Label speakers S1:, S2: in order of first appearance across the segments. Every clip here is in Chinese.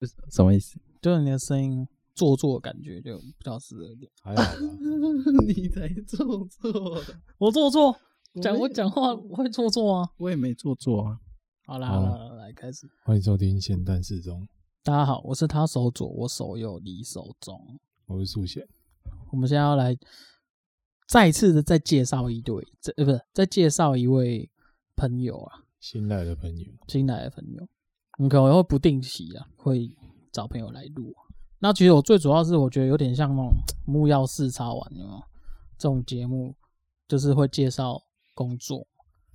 S1: 就是 什么意思？
S2: 就是你的声音做作的感觉就比较适合一点。
S3: 还好吧。
S1: 你才做错了，
S2: 我做作，讲
S1: 没
S2: 我讲话会做作啊。
S1: 我也没做错啊。
S2: 好啦，
S3: 好
S2: 好啦，来开始。
S3: 欢迎收听《咸蛋四中》，
S2: 大家好，我是他手左，我手右，你手中。
S3: 我是素贤。
S2: 我们现在要来再次的再介绍一对，这呃不是再介绍一位朋友啊，
S3: 新来的朋友，
S2: 新来的朋友，我们可能会不定期啊，会找朋友来录。啊那其实我最主要是我觉得有点像那种木曜四超玩，有没有？这种节目就是会介绍工作，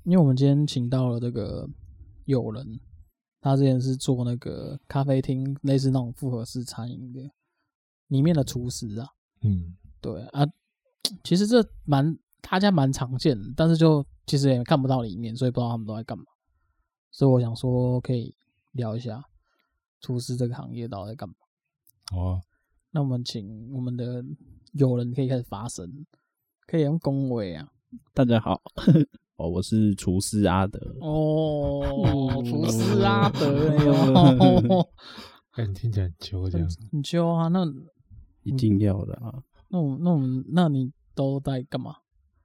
S2: 因为我们今天请到了这个友人，他之前是做那个咖啡厅，类似那种复合式餐饮的里面的厨师啊。
S3: 嗯，
S2: 对啊，其实这蛮大家蛮常见的，但是就其实也看不到里面，所以不知道他们都在干嘛。所以我想说，可以聊一下厨师这个行业到底在干嘛。
S3: 好啊，
S2: 那我们请我们的友人可以开始发声，可以用恭维啊。
S1: 大家好， 哦，我是厨师阿德。
S2: 哦，厨师阿德哎呦
S1: 哦，
S3: 哎，你听起来很秋这样，
S2: 你就啊，那
S1: 一定要的啊！
S2: 那我那我们那你都在干嘛？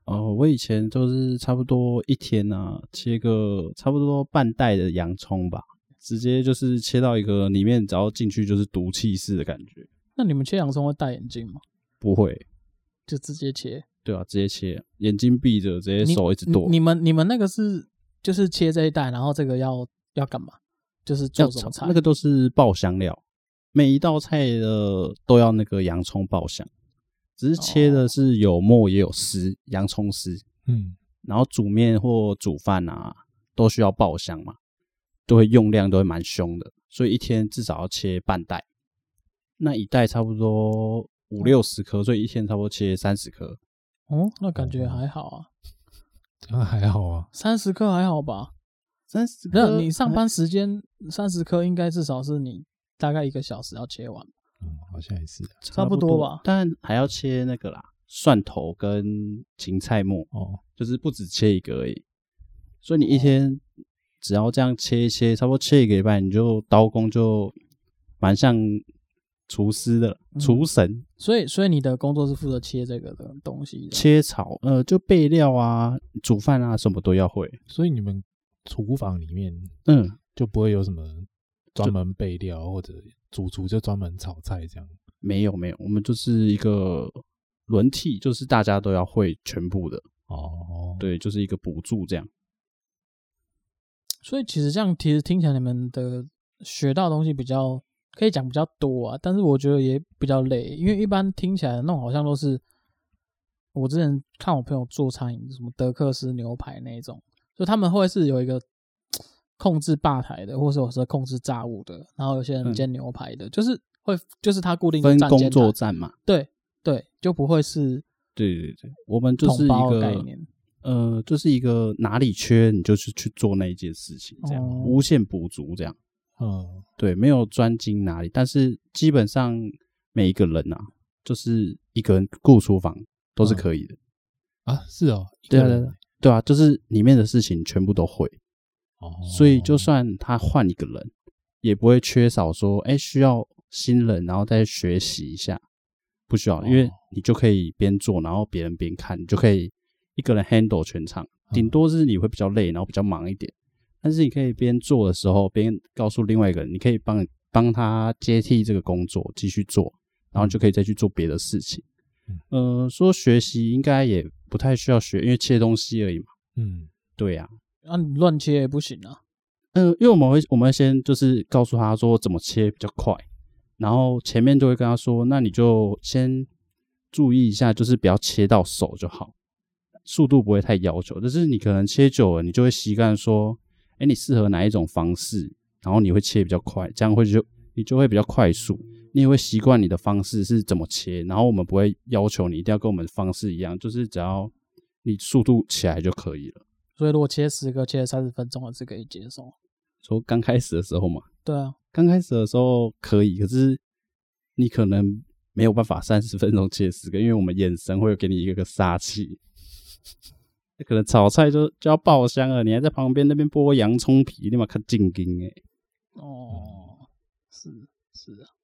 S1: 哦，我以前就是差不多一天啊，切个差不多半袋的洋葱吧，直接就是切到一个里面，只要进去就是毒气室的感觉。
S2: 那你们切洋葱会戴眼镜吗？
S1: 不会，
S2: 就直接切？
S1: 对啊，直接切，眼睛闭着，直接
S2: 你
S1: 手一直
S2: 你
S1: 剁，
S2: 你们你们那个是就是切这一袋，然后这个要要干嘛？就是
S1: 要
S2: 做什么
S1: 炒
S2: 菜？
S1: 那个都是爆香料，每一道菜的都要那个洋葱爆香，只是切
S2: 哦
S1: 的是有末也有丝，洋葱丝。
S3: 嗯，
S1: 然后煮面或煮饭啊，都需要爆香嘛，都会用量都会蛮凶的，所以一天至少要切半袋，那一袋差不多五六十颗，所以一天差不多切三十颗。
S2: 哦，那感觉还好啊，
S3: 这样还好啊。
S2: 三十颗还好吧？
S1: 三十
S2: 没有，你上班时间三十颗应该至少是你大概一个小时要切完，
S3: 嗯，好像也是啊
S1: 差
S2: 不多吧
S1: 但还要切那个啦，蒜头跟芹菜末，
S3: 哦，
S1: 就是不止切一个而已。所以你一
S2: 哦
S1: 天只要这样切一切，差不多切一个礼拜，你就刀工就蛮像厨师的
S2: 嗯
S1: 厨神。
S2: 所以所以你的工作是负责切这个的东西的。
S1: 切炒，呃，就备料啊、煮饭啊，什么都要会。
S3: 所以你们厨房里面
S1: 嗯，
S3: 就不会有什么专门备料或者主厨就专门炒菜这样。
S1: 没有没有，我们就是一个轮替，就是大家都要会全部的，
S3: 哦，
S1: 对，就是一个补助这样。
S2: 所以其实这样其实听起来你们的学到的东西比较可以讲比较多啊，但是我觉得也比较累，因为一般听起来那种好像都是我之前看我朋友做餐饮，什么德克士牛排那一种，就他们会是有一个控制吧台的，或者有时候控制炸物的，然后有些人
S1: 嗯
S2: 煎牛排的，就是会就是他固定
S1: 分
S2: 站
S1: 工
S2: 煎
S1: 作
S2: 台
S1: 站嘛，
S2: 对对，就不会是
S1: 对对对，我们就是
S2: 统
S1: 一
S2: 包的概
S1: 个
S2: 念。
S1: 呃，就是一个哪里缺你就去去做那一件事情，这样、
S2: 哦
S1: 无限补足这样。
S3: 嗯，
S1: 对，没有专精哪里，但是基本上每一个人啊，就是一个人顾厨房都是
S3: 嗯
S1: 可以的。
S3: 啊，是哦，一
S1: 对啊
S3: 个
S1: 对啊
S3: 人
S1: 对啊对啊，就是里面的事情全部都会。
S3: 哦，
S1: 所以就算他换一个人，也不会缺少说，哎、需要新人，然后再学习一下，不需要，因为你就可以边做，然后别人边看，你就可以一个人 handle 全场，顶多是你会比较累，然后比较忙一点，但是你可以边做的时候边告诉另外一个人，你可以帮帮他接替这个工作继续做，然后就可以再去做别的事情
S3: 嗯。
S1: 呃，说学习应该也不太需要学，因为切东西而已嘛。
S3: 嗯，
S1: 对啊呀、
S2: 那、啊你乱切也不行啊，
S1: 嗯，因为我们会我们会先就是告诉他说怎么切比较快，然后前面就会跟他说，那你就先注意一下，就是不要切到手就好，速度不会太要求。但是你可能切久了，你就会习惯说，哎，你适合哪一种方式，然后你会切比较快，这样会就你就会比较快速，你也会习惯你的方式是怎么切，然后我们不会要求你一定要跟我们的方式一样，就是只要你速度起来就可以了。
S2: 所以如果切十个，切三十分钟还是可以接受。
S1: 说刚开始的时候嘛。
S2: 对啊，
S1: 刚开始的时候可以，可是你可能没有办法三十分钟切十个，因为我们眼神会给你一个个杀气。可能炒菜就就要爆香了，你还在欸旁边那边剥洋葱皮，立马看进京哎，
S2: 哦，是是啊，嗯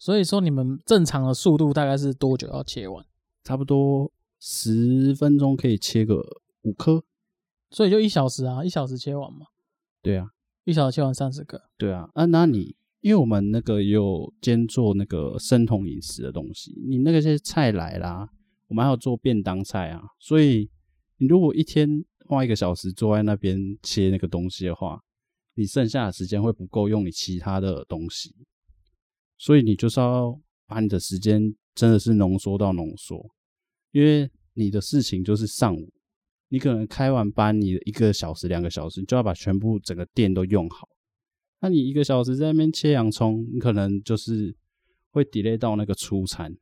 S2: 所以说你们正常的速度大概是多久要切完？
S1: 差不多十分钟可以切个五颗。
S2: 所以就一小时啊，一小时切完嘛，
S1: 对啊，
S2: 一小时切完三十个，
S1: 对啊。啊，那你因为我们那个也有兼做那个生酮饮食的东西，你那个些菜来啦，我们还有做便当菜啊，所以你如果一天花一个小时坐在那边切那个东西的话，你剩下的时间会不够用你其他的东西，所以你就是要把你的时间真的是浓缩到浓缩，因为你的事情就是上午，你可能开完班，你一个小时、两个小时，你就要把全部整个店都用好。那你一个小时在那边切洋葱，你可能就是会 delay 到那个出餐，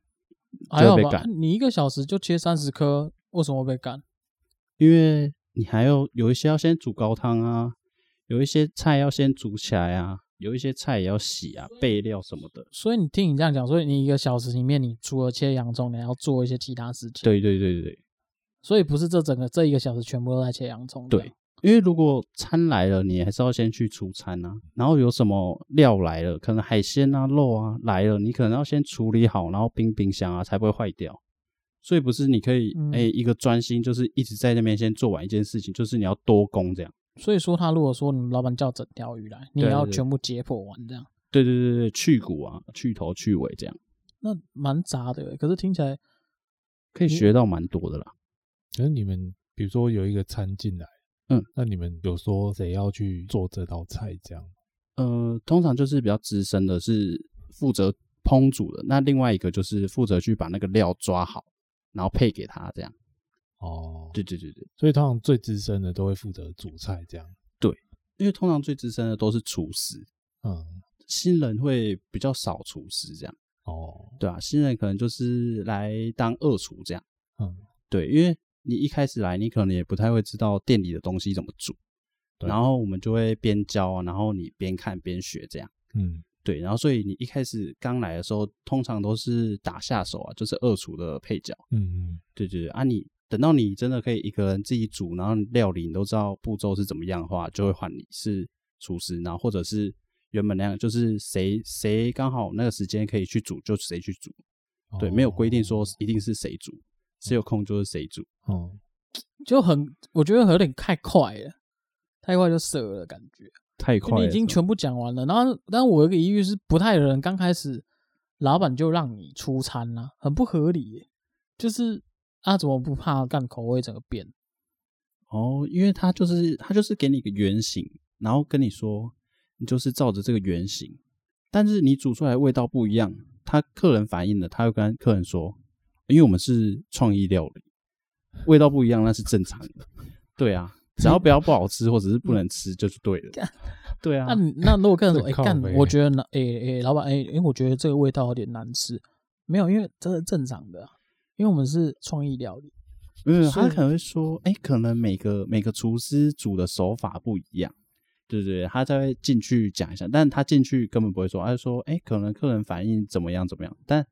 S2: 还好
S1: 被
S2: 吧？
S1: 赶
S2: 你一个小时就切三十颗，为什么会被干？
S1: 因为你还要有一些要先煮高汤啊，有一些菜要先煮起来啊，有一些菜也要洗啊，备料什么的。
S2: 所以你听你这样讲，所以你一个小时里面，你除了切洋葱，你还要做一些其他事情。，
S1: 对对对对对。
S2: 所以不是这整个这一个小时全部都在切洋葱。
S1: 对，因为如果餐来了，你还是要先去出餐啊，然后有什么料来了，可能海鲜啊、肉啊来了，你可能要先处理好，然后冰冰箱啊才不会坏掉。所以不是你可以哎、
S2: 嗯
S1: 诶一个专心，就是一直在那边先做完一件事情，就是你要多工这样。
S2: 所以说他如果说你们老板叫整条鱼来，你也
S1: 对
S2: 要
S1: 对
S2: 全部解剖完这样，
S1: 对对对对，去骨啊、去头、去尾这样，
S2: 那蛮杂的欸。可是听起来
S1: 可以学到蛮多的啦。
S3: 可是你们比如说有一个餐进来，
S1: 嗯，
S3: 那你们有说谁要去做这道菜这样？
S1: 呃，通常就是比较资深的，是负责烹煮的；那另外一个就是负责去把那个料抓好，然后配给他这样。
S3: 哦，
S1: 对对对对，
S3: 所以通常最资深的都会负责主菜这样。
S1: 因为通常最资深的都是厨师，
S3: 嗯，
S1: 新人会比较少厨师这样，
S3: 哦，
S1: 对啊，新人可能就是来当二厨这样，
S3: 嗯，
S1: 对，因为你一开始来，你可能也不太会知道店里的东西怎么煮，
S3: 对
S1: 然后我们就会边教啊，然后你边看边学这样。
S3: 嗯，
S1: 对，然后所以你一开始刚来的时候，通常都是打下手啊，就是二厨的配角。
S3: 嗯嗯，
S1: 对对对啊你，等到你真的可以一个人自己煮，然后料理你都知道步骤是怎么样的话，就会换你是厨师，然后或者是原本那样，就是谁谁刚好那个时间可以去煮，就谁去煮。
S3: 嗯
S1: 对，没有规定说一定是谁煮，谁有空就是谁煮。
S3: 哦，嗯，
S2: 就很，我觉得有点太快了，太快就射了感觉。
S1: 太
S2: 就
S1: 快
S2: 你
S1: 了，
S2: 已经全部讲完了，然后，但我有一个疑虑是，不太有人刚开始，老板就让你出餐啦、很不合理耶、就是啊，怎么不怕干口味整个变？
S1: 哦，因为他就是他就是给你一个原型，然后跟你说你就是照着这个原型，但是你煮出来的味道不一样，他客人反映了，他会跟客人说，因为我们是创意料理，味道不一样那是正常的，对啊，只要不要不好吃或者是不能吃就是对的，对啊
S2: 那、，你那如果客 人说，哎、
S3: 这靠
S2: 干，
S3: 北
S2: 我觉得呢，哎、哎、老板，哎、哎、我觉得这个味道有点难吃，没有，因为这是正常的啊、因为我们是创意料理，
S1: 没有，
S2: 所以
S1: 他可能会说，哎、可能每个每个厨师煮的手法不一样，对对对，他才会进去讲一下，但他进去根本不会说，他就说，哎、可能客人反应怎么样怎么样，但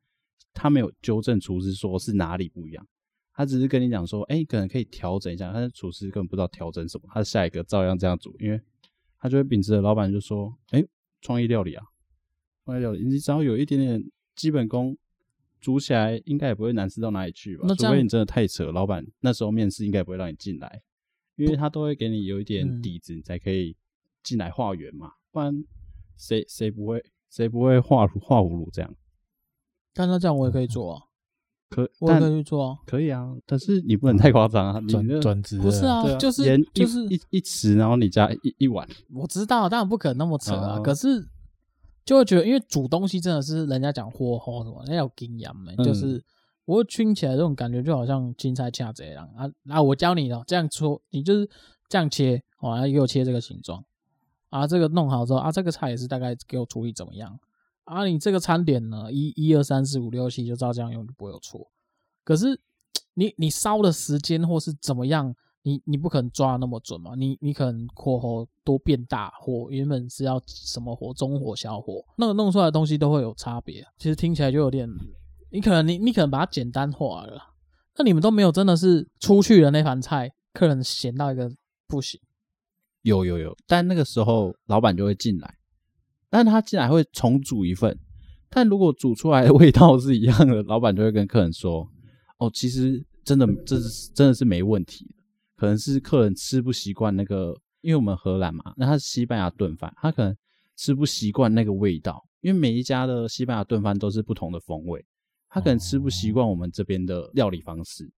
S1: 他没有纠正厨师说是哪里不一样，他只是跟你讲说，哎、可能可以调整一下，但是厨师根本不知道调整什么，他下一个照样这样煮，因为他就会秉持着老板就说，哎、创意料理啊，创意料理，你只要有一点点基本功。煮起来应该也不会难吃到哪里去吧？
S2: 那这
S1: 除
S2: 样
S1: 非你真的太扯，老板那时候面试应该不会让你进来，因为他都会给你有一点
S2: 嗯
S1: 底子，你才可以进来化缘嘛，不然谁谁不会谁不会画画葫芦这样？
S2: 但那这样我也可以做啊，
S1: 可
S2: 我也可
S1: 嗯但
S2: 以去做啊，
S1: 可以啊，但是你不能太夸张啊，你那
S3: 专专职
S2: 不是
S3: 的，
S2: 啊
S1: 对啊，
S2: 就是
S1: 盐一
S2: 就是
S1: 一一匙，然后你加一一碗，
S2: 我知道，当然不可能那么扯啊。
S1: 哦
S2: 可是就会觉得，因为煮东西真的是人家讲火候什么，那有经验的，
S1: 嗯
S2: 就是我听起来这种感觉就好像青菜恰这样啊啊！我教你了，这样搓，你就是这样切，哦，啊，给我切这个形状啊，这个弄好之后啊，这个菜也是大概给我处理怎么样啊？你这个餐点呢，一一二三四五六七就照这样用就不会有错。可是你你烧的时间或是怎么样，你你不可能抓得那么准嘛？你你可能火候都变大，火原本是要什么火，中火、小火，那个弄出来的东西都会有差别。啊其实听起来就有点，你可能你你可能把它简单化了啦，那你们都没有真的是出去的那盘菜，客人咸到一个不行。
S1: 有有有，但那个时候老板就会进来，但他进来会重煮一份，但如果煮出来的味道是一样的，老板就会跟客人说：“哦，其实真的这是真的是没问题的，可能是客人吃不习惯那个，因为我们荷兰嘛，那它是西班牙炖饭，他可能吃不习惯那个味道，因为每一家的西班牙炖饭都是不同的风味，他可能吃不习惯我们这边的料理方式。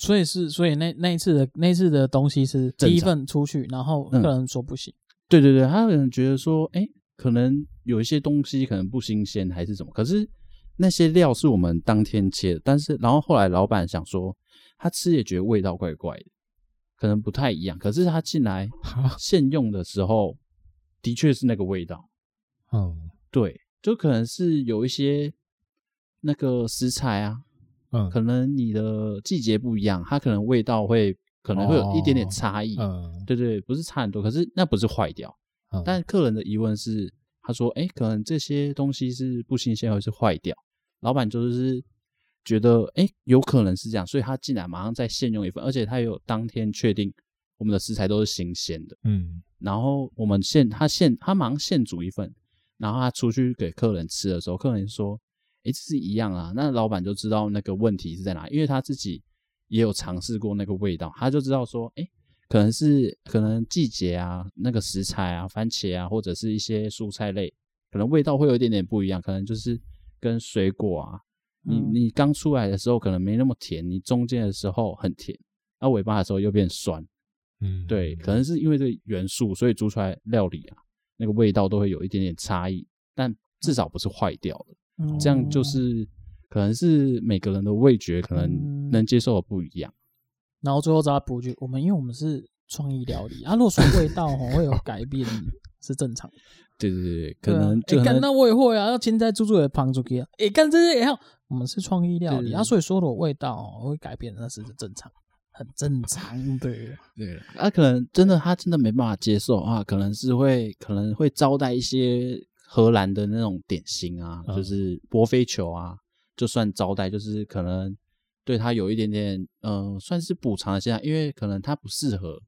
S2: 所以是，所以那那一次的那一次的东西是
S1: 正
S2: 第一
S1: 常
S2: 份出去，然后客
S1: 嗯
S2: 人说不行，
S1: 对对对，他可能觉得说，哎、可能有一些东西可能不新鲜还是什么，可是那些料是我们当天切的，但是然后后来老板想说，他吃也觉得味道怪怪的，可能不太一样，可是他进 来现用的时候，的确是那个味道，
S3: 嗯
S1: 对，就可能是有一些那个食材啊，
S3: 嗯
S1: 可能你的季节不一样，它可能味道会可能会有一点点差异，
S3: 嗯
S1: 对对，不是差很多，可是那不是坏掉。
S3: 嗯，
S1: 但客人的疑问是，他说：“哎、可能这些东西是不新鲜，或是坏掉。”老板就是觉得，哎、有可能是这样，所以他进来马上再现用一份，而且他有当天确定我们的食材都是新鲜的，
S3: 嗯
S1: 然后我们现他现他马上现煮一份，然后他出去给客人吃的时候，客人说：“哎、这是一样啊。”那老板就知道那个问题是在哪，因为他自己也有尝试过那个味道，他就知道说：“哎、可能是可能季节啊，那个食材啊，番茄啊，或者是一些蔬菜类，可能味道会有一点点不一样，可能就是跟水果啊，你
S2: 嗯
S1: 你刚出来的时候可能没那么甜，你中间的时候很甜，那尾巴的时候又变酸。”
S3: 嗯，
S1: 对，可能是因为这个元素，所以煮出来料理啊，那个味道都会有一点点差异，但至少不是坏掉的。
S2: 嗯
S1: 这样就是可能是每个人的味觉可能
S2: 嗯
S1: 能接受的不一样。
S2: 然后最后再补一句，我们因为我们是创意料理啊，如果说味道吼会有改变是正常的，
S1: 对对对，可
S2: 对啊
S1: 能
S2: 诶
S1: 就可
S2: 干、
S1: 能
S2: 那我也会啊，要芹菜猪猪也放出去啊，哎、干这些也好，我们是创意料
S1: 对
S2: 理啊，所以说的味道吼会改变那是正常，很正常 的。
S1: 对了，啊，可能真的他真的没办法接受啊，可能是会可能会招待一些荷兰的那种点心啊，
S3: 嗯
S1: 就是波菲球啊，就算招待，就是可能对他有一点点，嗯、算是补偿一下，因为可能他不适合，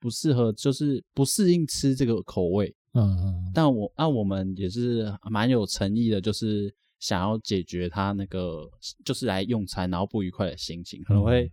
S1: 不适合就是不适应吃这个口味，
S3: 嗯嗯
S1: 但我按、我们也是蛮有诚意的，就是想要解决他那个就是来用餐然后不愉快的心情，可能
S3: 嗯
S1: 会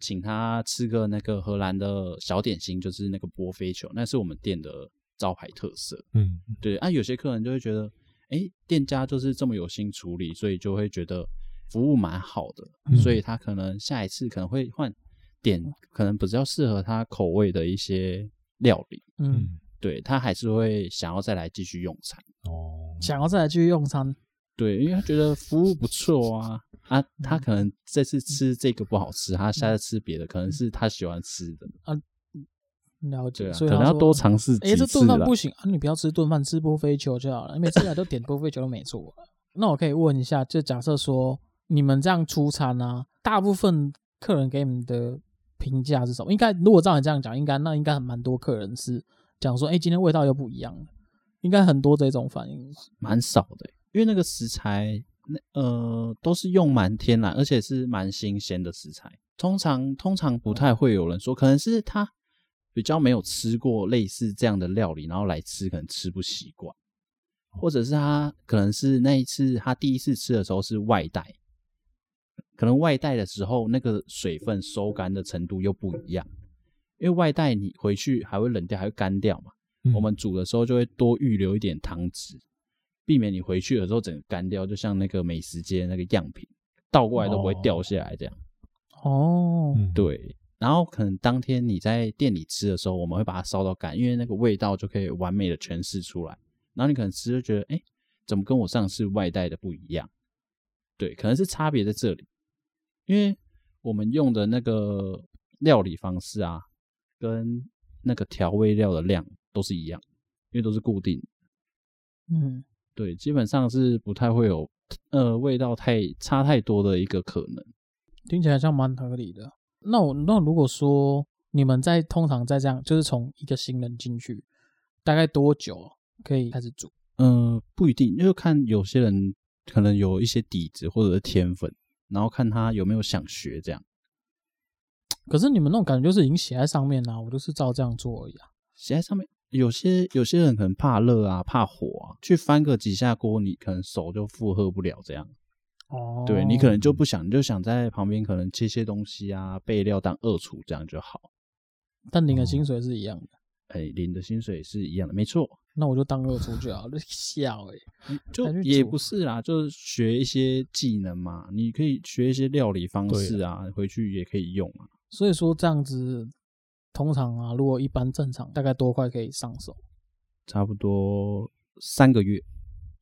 S1: 请他吃个那个荷兰的小点心，就是那个波菲球，那是我们店的招牌特色。
S3: 嗯
S1: 对，啊，有些客人就会觉得，哎、店家就是这么有心处理，所以就会觉得服务蛮好的，
S3: 嗯
S1: 所以他可能下一次可能会换点，可能比较适合他口味的一些料理。
S2: 嗯，
S3: 嗯
S1: 对他还是会想要再来继续用餐。
S3: 哦，
S2: 想要再来继续用餐，
S1: 对，因为他觉得服务不错啊啊，
S2: 嗯
S1: 他可能这次吃这个不好吃，他下次吃别的，
S2: 嗯
S1: 可能是他喜欢吃的，
S2: 了解，
S1: 对啊，
S2: 所
S1: 可
S2: 以
S1: 能
S2: 他
S1: 要
S2: 说
S1: 多尝试
S2: 哎、
S1: 几
S2: 这
S1: 次
S2: 顿饭
S1: 啦。
S2: 不行啊！你不要吃顿饭，吃波菲球就好了。你每次来都点波菲球都没错啊。那我可以问一下，就假设说你们这样出餐啊，大部分客人给你们的评价是什么？应该如果照你这样讲，应该那应该很蛮多客人是讲说，哎、今天味道又不一样了，应该很多这种反应。
S1: 蛮少的、因为那个食材，那呃都是用蛮天然，而且是蛮新鲜的食材。通常通常不太会有人说，可能是他比较没有吃过类似这样的料理，然后来吃可能吃不习惯，或者是他可能是那一次他第一次吃的时候是外带，可能外带的时候那个水分收干的程度又不一样，因为外带你回去还会冷掉，还会干掉嘛。
S3: 嗯
S1: 我们煮的时候就会多预留一点汤汁，避免你回去的时候整个干掉，就像那个美食街那个样品倒过来都不会掉下来这样。
S2: 哦，
S3: 嗯
S1: 对，然后可能当天你在店里吃的时候，我们会把它烧到干，因为那个味道就可以完美的诠释出来。然后你可能吃就觉得，哎、怎么跟我上次外带的不一样？对，可能是差别在这里，因为我们用的那个料理方式啊，跟那个调味料的量都是一样，因为都是固定的。
S2: 嗯，
S1: 对，基本上是不太会有呃味道太差太多的一个可能。
S2: 听起来像蛮合理的。那我那如果说你们在通常在这样，就是从一个新人进去，大概多久可以开始煮？
S1: 嗯，不一定，就看有些人可能有一些底子或者是天分，然后看他有没有想学这样。
S2: 可是你们那种感觉就是已经写在上面啦、我就是照这样做而已啊。
S1: 写在上面有些有些人可能怕热啊，怕火啊，去翻个几下锅，你可能手就负荷不了这样。
S2: 哦，
S1: 对你可能就不想，你就想在旁边可能切切东西啊，备料当二厨这样就好。
S2: 但领的薪水是一样的，
S1: 哎，领的薪水是一样的，没错。
S2: 那我就当二厨就好了， 笑哎、
S1: 就
S2: 还是
S1: 也
S2: 煮
S1: 不是啦，就是学一些技能嘛，你可以学一些料理方
S3: 对
S1: 式啊，回去也可以用啊。
S2: 所以说这样子，通常啊，如果一般正常，大概多快可以上手？
S1: 差不多三个月，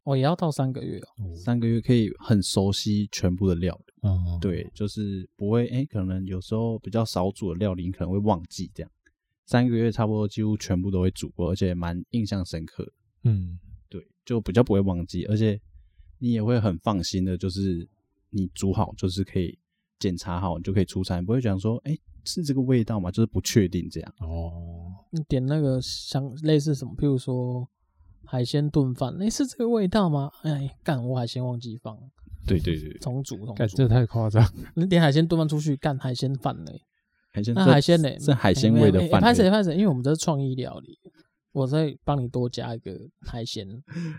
S2: 哦，也要到三个月哦。
S1: 三个月可以很熟悉全部的料理。
S3: 嗯，
S1: 对，就是不会哎、诶可能有时候比较少煮的料理，你可能会忘记这样。三个月差不多几乎全部都会煮过，而且蛮印象深刻的。
S3: 嗯，
S1: 对，就比较不会忘记，而且你也会很放心的，就是你煮好就是可以检查好，你就可以出餐，不会讲说哎、诶是这个味道吗？就是不确定这样。
S3: 哦，
S2: 你点那个像类似什么，譬如说海鲜炖饭，类似这个味道吗？哎，干，我海鲜忘记放，
S1: 对对对，
S2: 重煮重
S3: 感
S2: 煮。
S3: 这太夸张，
S2: 你点海鲜炖饭出去干海鲜饭嘞，
S1: 海鲜
S2: 那
S1: 这
S2: 海鲜嘞，
S1: 是海鲜味的
S2: 哎
S1: 饭
S2: 拍
S1: 类。
S2: 谁拍谁，因为我们这是创意料理。我再帮你多加一个海鲜，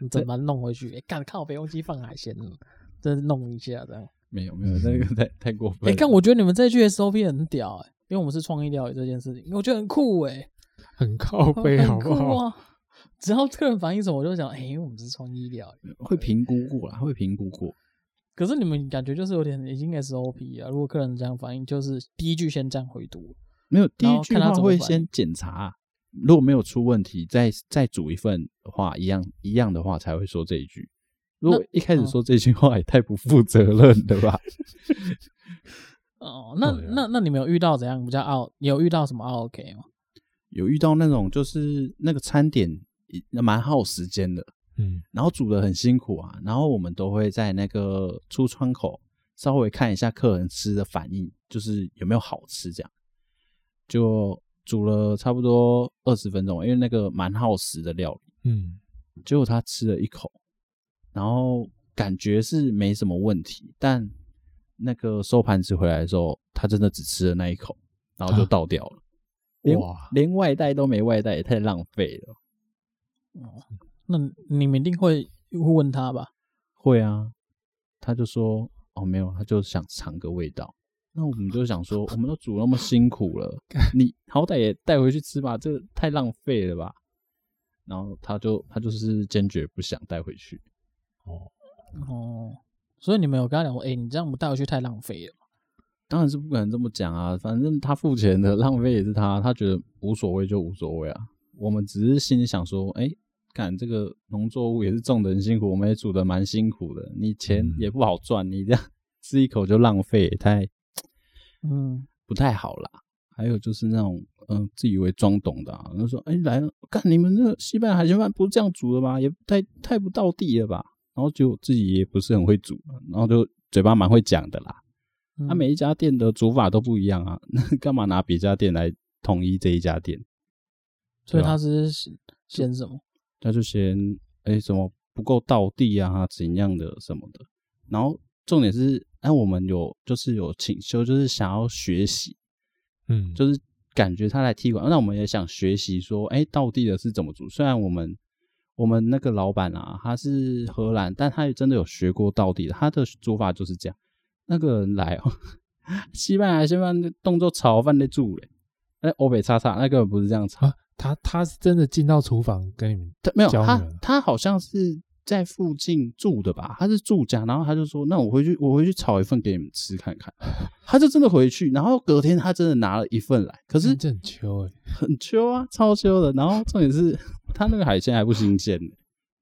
S2: 你整盘弄回去。哎，干靠，别忘记放海鲜了，再弄一下这样。
S1: 没有没有，那个太太过分了。
S2: 哎、看我觉得你们这一句 SOP 很屌哎、因为我们是创意料理这件事情，我觉得很酷哎、
S3: 很靠背，好
S2: 很酷
S3: 不好？
S2: 啊！只要客人反映什么，我就想，哎、因为我们是创意料理。
S1: 会评估过啦，会评估过。
S2: 可是你们感觉就是有点已经 SOP 啊，如果客人这样反应，就是第一句先这样回读，
S1: 没有第
S2: 然
S1: 一
S2: 后
S1: 句
S2: 看他
S1: 话
S2: 怎么
S1: 会
S2: 反
S1: 先检查，如果没有出问题，再再煮一份的话，一样一样的话才会说这一句。如果一开始
S2: 嗯
S1: 说这句话也太不负责任了吧？
S2: 哦，那
S3: 对啊
S2: 那那你们有遇到怎样比较傲？你有遇到什么傲 OK 吗？
S1: 有遇到那种就是那个餐点也蛮耗时间的，
S3: 嗯，
S1: 然后煮的很辛苦啊，然后我们都会在那个出窗口稍微看一下客人吃的反应，就是有没有好吃这样。就煮了差不多二十分钟，因为那个蛮耗时的料理。
S3: 嗯，
S1: 结果他吃了一口，然后感觉是没什么问题，但那个收盘子回来的时候，他真的只吃了那一口，然后就
S3: 啊
S1: 倒掉了，连
S3: 哇，
S1: 连外带都没外带，也太浪费了。
S2: 那你们一定会会问他吧？
S1: 会啊，他就说哦没有，他就想尝个味道。那我们就想说，我们都煮那么辛苦了，你好歹也带回去吃吧，这个太浪费了吧。然后他就他就是坚决不想带回去，
S2: 哦，所以你们有跟他讲过，哎、你这样不带回去太浪费了。
S1: 当然是不可能这么讲啊，反正他付钱的，浪费也是他，他觉得无所谓就无所谓啊。我们只是心里想说，哎、看这个农作物也是种的很辛苦，我们也煮的蛮辛苦的，你钱
S3: 嗯
S1: 也不好赚，你这样 吃一口就浪费，也太
S2: 嗯，
S1: 不太好啦。还有就是那种，嗯、自以为装懂的、啊，就说，哎、来了，干你们那个西班牙海鲜饭不是这样煮的吧？也太太不到地了吧？然后就自己也不是很会煮，然后就嘴巴蛮会讲的啦。
S2: 嗯
S1: 啊，每一家店的煮法都不一样啊， 那干嘛拿别家店来统一这一家店？
S2: 所以
S1: 对啊
S2: 他是嫌嫌什 么？
S1: 他就嫌哎、诶什么不够道地啊，怎样的什么的。然后重点是，哎、我们有就是有请修，就是想要学习，
S3: 嗯，
S1: 就是感觉他来踢馆，那我们也想学习说，哎、道地的是怎么煮？虽然我们我们那个老板啊，他是荷兰，但他也真的有学过道地的，他的煮法就是这样。那个人来哦，西班牙西班牙动作炒饭在煮嘞，那欧北叉叉那个不是这样炒，
S3: 啊，他他是真的进到厨房跟你们，
S1: 他没有
S3: 教
S1: 他
S3: 你们
S1: 他好像是在附近住的吧，他是住家，然后他就说，那我回去我回去炒一份给你们吃看看，他就真的回去，然后隔天他真的拿了一份来，可是
S3: 嗯这很秋哎，
S1: 很秋啊，超秋的。然后重点是他那个海鲜还不新鲜呢，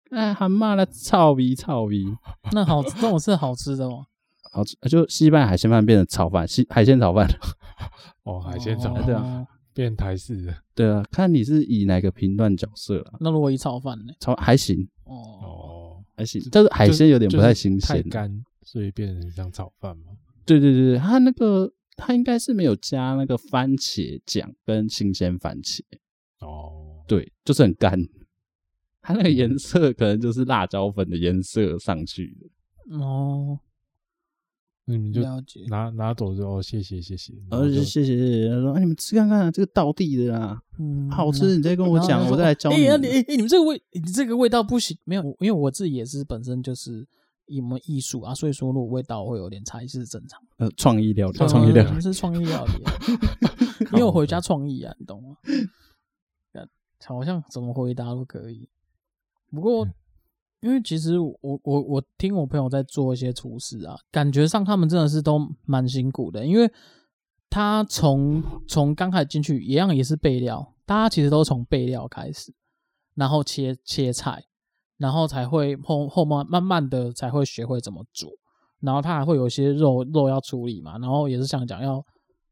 S1: 哎，还骂他操逼操逼，
S2: 那好，这种是好吃 的吗？
S1: 好吃就西班牙海鲜饭变成炒饭，西海鲜炒饭。
S3: 哦，海鲜炒
S2: 哦
S1: 对啊
S3: 变台式的，
S1: 对啊，看你是以哪个评断角色啊，
S2: 那如果一炒饭呢？
S1: 炒还行
S2: 哦，
S3: 哦，
S1: 还行，但是海鲜有点不太新
S3: 就是
S1: 鲜啊
S3: 太。干，所以变成像炒饭嘛，
S1: 对对对，对他那个他应该是没有加那个番茄酱跟新鲜番茄，
S3: 哦，
S1: 对，就是很干。它那个颜哦色可能就是辣椒粉的颜色上去的。
S2: 哦，
S3: 那你们就
S2: 嗯了解。
S3: 拿拿走就哦，谢谢谢谢，
S1: 然
S3: 然后
S1: 后
S3: 就
S1: 就谢谢谢谢，他说、啊、你们吃看看啊、这个道地的啊，
S2: 嗯，
S1: 好吃，你再跟我
S2: 然后
S1: 讲，
S2: 就
S1: 我再来教
S2: 哎、
S1: 嗯你。
S2: 啊你哎、哎你们这个味，你这个味道不行。没有，因为我自己也是本身就是一门艺术啊，所以说如果味道会有点差异是正常的。
S1: 呃，创意料理，
S3: 创意料理
S2: 嗯是创意料理 啊，因为我回家创意啊，你懂吗？干好像怎么回答都可以。不
S3: 嗯
S2: 过，因为其实我我我听我朋友在做一些厨师啊，感觉上他们真的是都蛮辛苦的，因为他从从刚开始进去一样也是备料，大家其实都从备料开始，然后切切菜，然后才会后后慢慢慢的才会学会怎么煮。然后它还会有一些肉肉要处理嘛，然后也是想讲要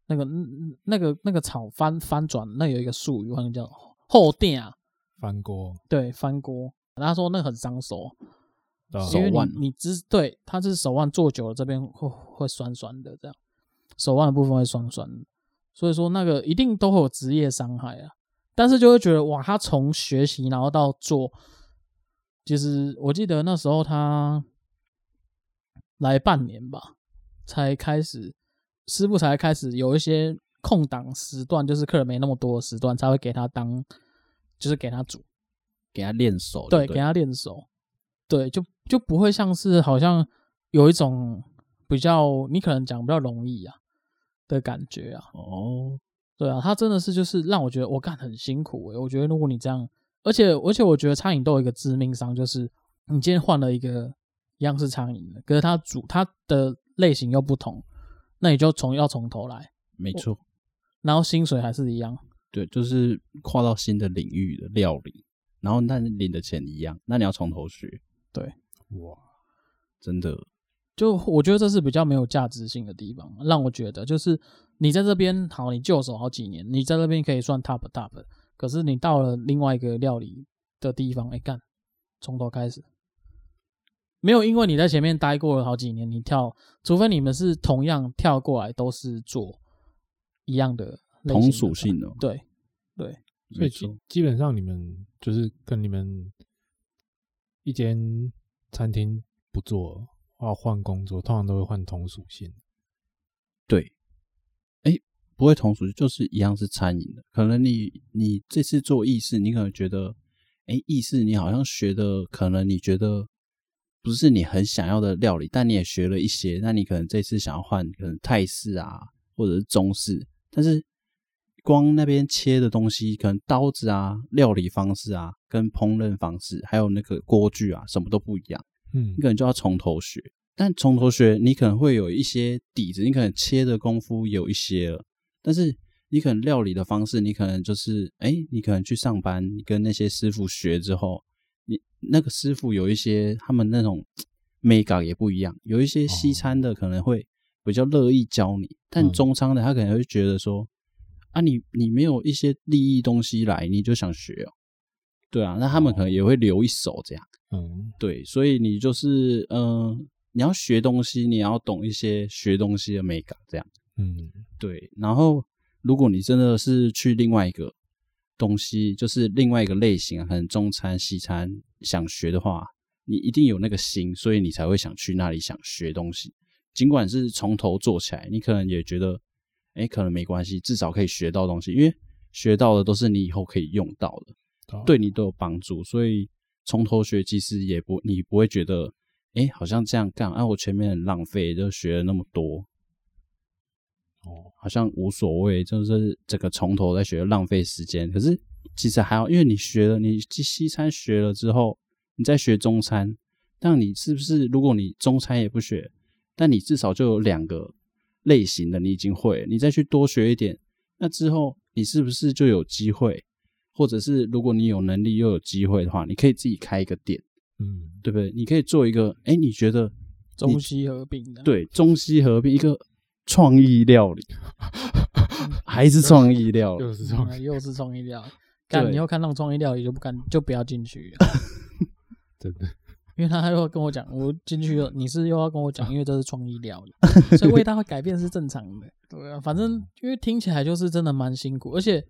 S2: 那个嗯那个那个炒翻翻转，那有一个术语，好像叫后垫啊，
S3: 翻锅，
S2: 对，翻锅。然后他说那个很伤手，
S3: 啊
S1: 手
S2: 因为
S1: 腕
S2: 你你只对它是手腕做久了，这边会会酸酸的，这样手腕的部分会酸酸的，所以说那个一定都会有职业伤害啊。但是就会觉得哇，他从学习然后到做，其实我记得那时候他来半年吧，才开始师傅才开始有一些空档时段，就是客人没那么多的时段，才会给他当就是给他煮。
S1: 给他练手，
S2: 对，给
S1: 对，
S2: 他练手，对，就就不会像是好像有一种比较你可能讲比较容易啊的感觉啊，
S1: 哦，
S2: 对啊，他真的是就是让我觉得我干很辛苦欸诶、我觉得如果你这样，而且而且我觉得餐饮都有一个致命伤，就是你今天换了一个一样是餐饮的，可是它主它的类型又不同，那你就从要从头来，
S1: 没错，
S2: 然后薪水还是一样，
S1: 对，就是跨到新的领域的料理，然后但是领的钱一样，那你要从头学，
S3: 哇，
S1: 真的，
S2: 就我觉得这是比较没有价值性的地方，让我觉得就是你在这边好，你就手好几年，你在这边可以算 top top，可是你到了另外一个料理的地方，哎、干，从头开始，没有因为你在前面待过了好几年，你跳，除非你们是同样跳过来都是做一样的类型的
S1: 同属性的
S2: 对对，
S3: 所以
S1: 没
S3: 基
S1: 错，
S3: 基本上你们就是跟你们一间餐厅不做，要换工作，通常都会换同属性，
S1: 对，哎，不会同属，就是一样是餐饮的，可能你你这次做意式，你可能觉得，哎，意式你好像学的，可能你觉得。不是你很想要的料理，但你也学了一些。那你可能这次想要换，可能泰式啊，或者是中式，但是光那边切的东西，可能刀子啊、料理方式啊、跟烹饪方式，还有那个锅具啊，什么都不一样。
S3: 嗯
S1: 你可能就要从头学。但从头学，你可能会有一些底子，你可能切的功夫有一些了，但是你可能料理的方式，你可能就是，哎、你可能去上班，你跟那些师傅学之后，你那个师傅有一些他们那种美感也不一样，有一些西餐的可能会比较乐意教你，但
S3: 嗯
S1: 中餐的他可能会觉得说，啊你，你没有一些利益东西来，你就想学哦、对啊，那他们可能也会留一手这样。
S3: 嗯，
S1: 对，所以你就是嗯、呃你要学东西，你要懂一些学东西的美感，这样
S3: 嗯，
S1: 对。然后，如果你真的是去另外一个东西，就是另外一个类型啊，可能中餐、西餐想学的话，你一定有那个心，所以你才会想去那里想学东西。尽管是从头做起来，你可能也觉得，哎，可能没关系，至少可以学到东西，因为学到的都是你以后可以用到的。
S3: 啊
S1: 对你都有帮助，所以从头学其实也不，你不会觉得，哎、好像这样干，啊，我前面很浪费，就学了那么多，
S3: 哦，
S1: 好像无所谓，就是整个从头在学，浪费时间。可是其实还好，因为你学了，你西西餐学了之后，你再学中餐，那你是不是如果你中餐也不学，但你至少就有两个类型的你已经会了，你再去多学一点，那之后你是不是就有机会？或者是如果你有能力又有机会的话，你可以自己开一个店，
S3: 嗯，
S1: 对不对？你可以做一个，哎、你觉得
S2: 中西合并的，，
S1: 对中西合并一个创意料理，还是创意料理？
S3: 又是这种，
S2: 又是创意 料理。干，
S1: 对
S2: 你又看到创意料理就不敢，就不要进去了。
S3: 真的，
S2: 因为他又要跟我讲，我进去了，你是又要跟我讲，因为这是创意料理，所以味道改变是正常的。对啊，反正因为听起来就是真的蛮辛苦，而且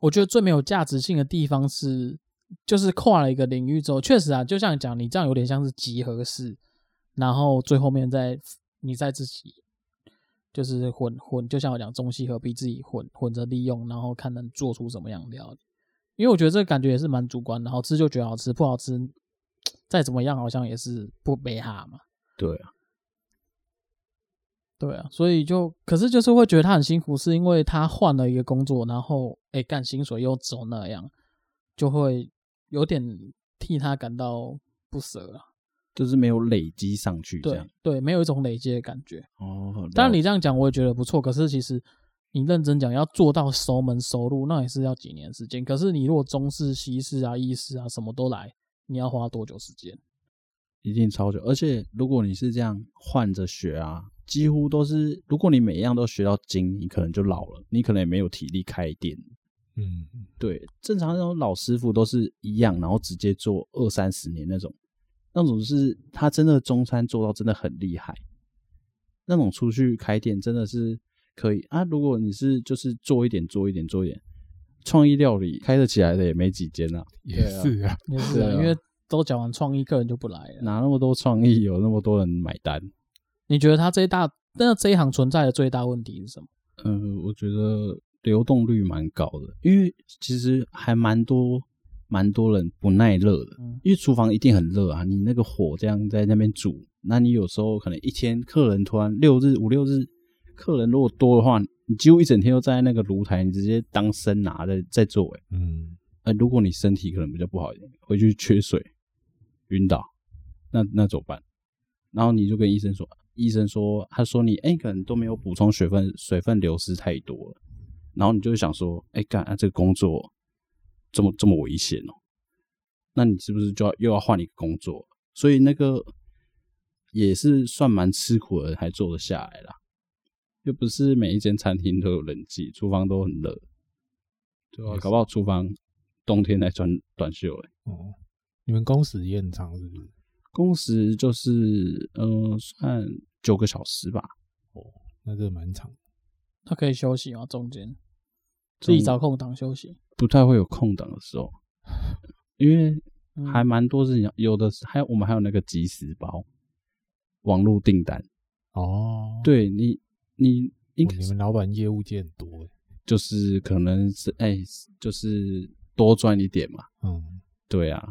S2: 我觉得最没有价值性的地方是，就是跨了一个领域之后，确实啊，就像你讲，你这样有点像是集合式，然后最后面再你再自己就是混混，就像我讲中西合璧，自己混混着利用，然后看能做出什么样的料理。因为我觉得这个感觉也是蛮主观的，好吃就觉得好吃，不好吃再怎么样好像也是不美哈嘛。
S1: 对啊，
S2: 对啊，所以就可是就是会觉得他很辛苦，是因为他换了一个工作，然后哎干薪水又只有那样，就会有点替他感到不舍了。
S1: 就是没有累积上去这
S2: 对
S1: 样。
S2: 对，没有一种累积的感觉。
S1: 哦，
S2: 当然
S1: 了
S2: 你这样讲我也觉得不错，可是其实你认真讲要做到熟门熟路，那也是要几年时间。可是你如果中式、西式啊、意式啊什么都来，你要花多久时间？
S1: 一定超久，而且如果你是这样换着学啊，几乎都是，如果你每一样都学到精，你可能就老了，你可能也没有体力开店。
S3: 嗯，
S1: 对，正常那种老师傅都是一样，然后直接做二三十年那种，那种是他真的中餐做到真的很厉害，那种出去开店真的是可以啊。如果你是就是做一点做一点做一点，创意料理开得起来的也没几间啊，
S3: 也是啊，
S2: 也是、啊，
S1: 对啊
S2: 因为都讲完创意，客人就不来了。
S1: 哪那么多创意，有那么多人买单？
S2: 你觉得他这一大，那这一行存在的最大问题是什么？
S1: 嗯，我觉得流动率蛮高的，因为其实还蛮多蛮多人不耐热的，
S2: 嗯
S1: 因为厨房一定很热啊，你那个火这样在那边煮，那你有时候可能一天客人突然六日五六日客人如果多的话，你几乎一整天都站在那个炉台，你直接当生拿在在做、欸，
S3: 嗯，
S1: 呃，如果你身体可能比较不好一点，回去缺水、晕倒，那那怎么办？然后你就跟医生说，医生说，他说你哎、可能都没有补充水分，水分流失太多了。然后你就会想说，哎、干、啊，这个工作这么这么危险哦、那你是不是就要又要换一个工作？所以那个也是算蛮吃苦的人，还做得下来啦。又不是每一间餐厅都有冷气，厨房都很热，
S3: 对啊，
S1: 哎搞不好厨房冬天还穿短袖、欸。
S3: 哦，你们工时也很长是不是？
S1: 工时就是呃算九个小时吧，
S3: 那这蛮长，
S2: 他可以休息吗？中间自己找空档休息，
S1: 不太会有空档的时候，因为
S2: 嗯
S1: 还蛮多事情，有的是还有我们还有那个即时包，网络订单，
S3: 哦，
S1: 对你你应
S3: 哦，
S1: 该
S3: 你们老板业务界很多欸，
S1: 就是可能是哎、就是多赚一点嘛，
S3: 嗯，
S1: 对啊，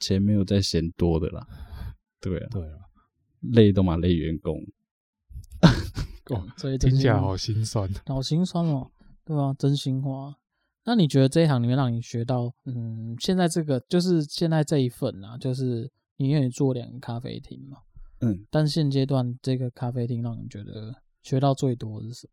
S1: 钱没有在嫌多的啦，对啊，
S3: 对啊，
S1: 累都嘛累员工，
S3: 哦
S2: 所以真
S3: 听起来
S2: 心
S3: 好心酸。
S2: 好心酸哦，对啊，真心话。那你觉得这一行里面让你学到，嗯，现在这个就是现在这一份啊，就是你愿意做两个咖啡厅嘛？
S1: 嗯，
S2: 但现阶段这个咖啡厅让你觉得学到最多的是什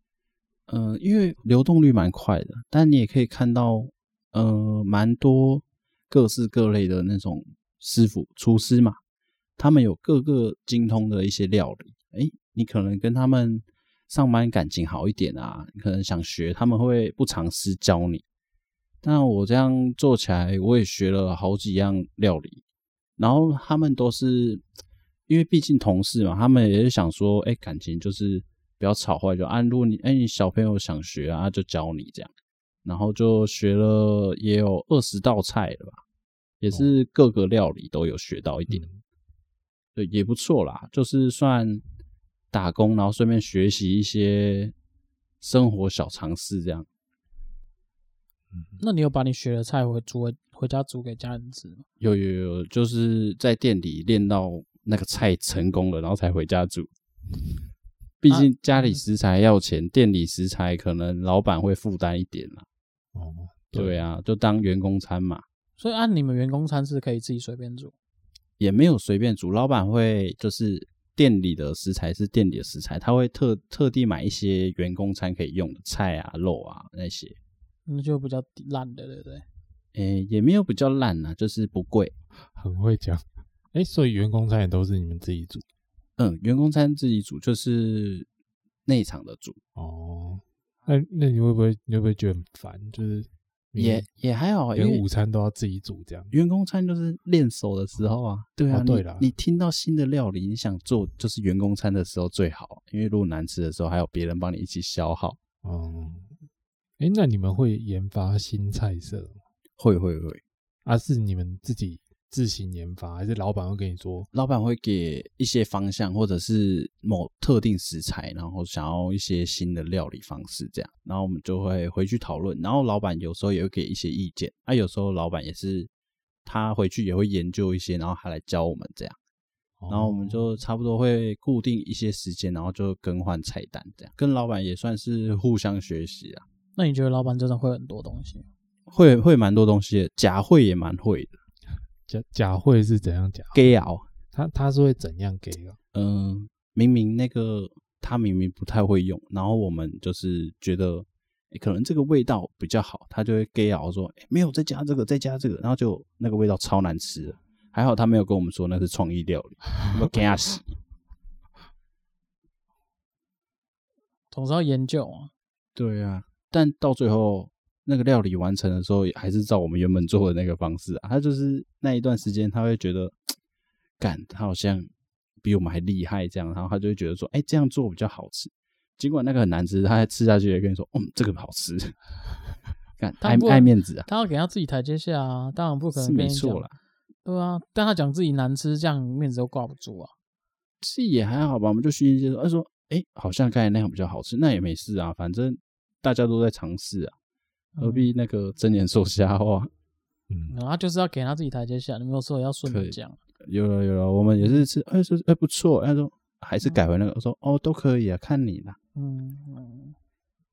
S2: 么？
S1: 嗯，因为流动率蛮快的，但你也可以看到，呃，蛮多各式各类的那种师傅、厨师嘛，他们有各个精通的一些料理。诶，你可能跟他们上班感情好一点啊，你可能想学，他们会不藏私教你。但我这样做起来，我也学了好几样料理，然后他们都是因为毕竟同事嘛，他们也是想说，哎、感情就是不要吵坏就啊。如果你哎、你小朋友想学啊，就教你这样，然后就学了也有二十道菜了吧，也是各个料理都有学到一点，
S3: 嗯
S1: 对，也不错啦，就是算打工，然后顺便学习一些生活小常识这样。
S2: 那你有把你学的菜回煮回回家煮给家人吃吗？
S1: 有有有，就是在店里练到那个菜成功了，然后才回家煮。毕竟家里食材要钱，店里食材可能老板会负担一点啦。
S3: 哦，
S1: 对，啊，就当员工餐嘛，
S2: 所以按你们员工餐是可以自己随便煮，
S1: 也没有随便煮。老板会就是店里的食材是店里的食材，他会特特地买一些员工餐可以用的菜啊、肉啊那些。
S2: 那就比较烂的，对不对？
S1: 诶、也没有比较烂啊，就是不贵。
S3: 很会讲。哎，所以员工餐也都是你们自己煮
S1: 嗯，员工餐自己煮就是内场的煮。
S3: 哦？那那你会不会你会不会觉得很烦？就是你
S1: 也也还好，啊因
S3: 连
S1: 为
S3: 午嗯餐都要自己煮这样？
S1: 员工餐就是练手的时候啊，对啊，
S3: 哦对
S1: 你
S3: 啦
S1: 你听到新的料理，你想做就是员工餐的时候最好，因为如果难吃的时候，还有别人帮你一起消耗。
S3: 嗯，哎，那你们会研发新菜色吗？
S1: 会会会，
S3: 啊，是你们自己自行研发，还是老板会跟你说
S1: 老板会给一些方向，或者是某特定食材，然后想要一些新的料理方式这样，然后我们就会回去讨论。然后老板有时候也会给一些意见，啊，有时候老板也是他回去也会研究一些，然后他来教我们这样。
S3: 哦
S1: 然后我们就差不多会固定一些时间，然后就更换菜单这样，跟老板也算是互相学习啊，
S2: 那你觉得老板真的会很多东西吗？
S1: 会会蛮多东西的，假会也蛮会的，
S3: 假假会是怎样假？
S1: 给熬。
S3: 他他是会怎样给的？
S1: 嗯，明明那个他明明不太会用，然后我们就是觉得、诶可能这个味道比较好，他就会 gay 熬说、诶没有再加这个，再加这个，然后就那个味道超难吃的。还好他没有跟我们说那是创意料理，我给他洗。
S2: 总是要研究啊。
S1: 对啊，但到最后那个料理完成的时候，也还是照我们原本做的那个方式啊。他就是那一段时间，他会觉得，干，他好像比我们还厉害这样，然后他就会觉得说，哎、这样做比较好吃。尽管那个很难吃，他吃下去也跟你说，嗯，这个好吃。干，
S2: 他
S1: 爱
S2: 不
S1: 爱面子啊，
S2: 他要给他自己台阶下啊，当然不可
S1: 是
S2: 能跟
S1: 没
S2: 你讲
S1: 错啦。。
S2: 对啊，但他讲自己难吃，这样面子都挂不住啊。
S1: 是也还好吧，我们就虚心接受。他说：“哎、好像刚才那样比较好吃，那也没事啊，反正大家都在尝试啊，何必那个睁眼说瞎话？”
S3: 嗯
S2: 然后就是要给他自己台阶下，你没有说要顺
S1: 可
S2: 着
S1: 以
S2: 讲，
S1: 有了有了，我们也是吃，哎、说哎、不错，他说还是改回那个，我说哦都可以啊，看你啦。
S2: 嗯嗯，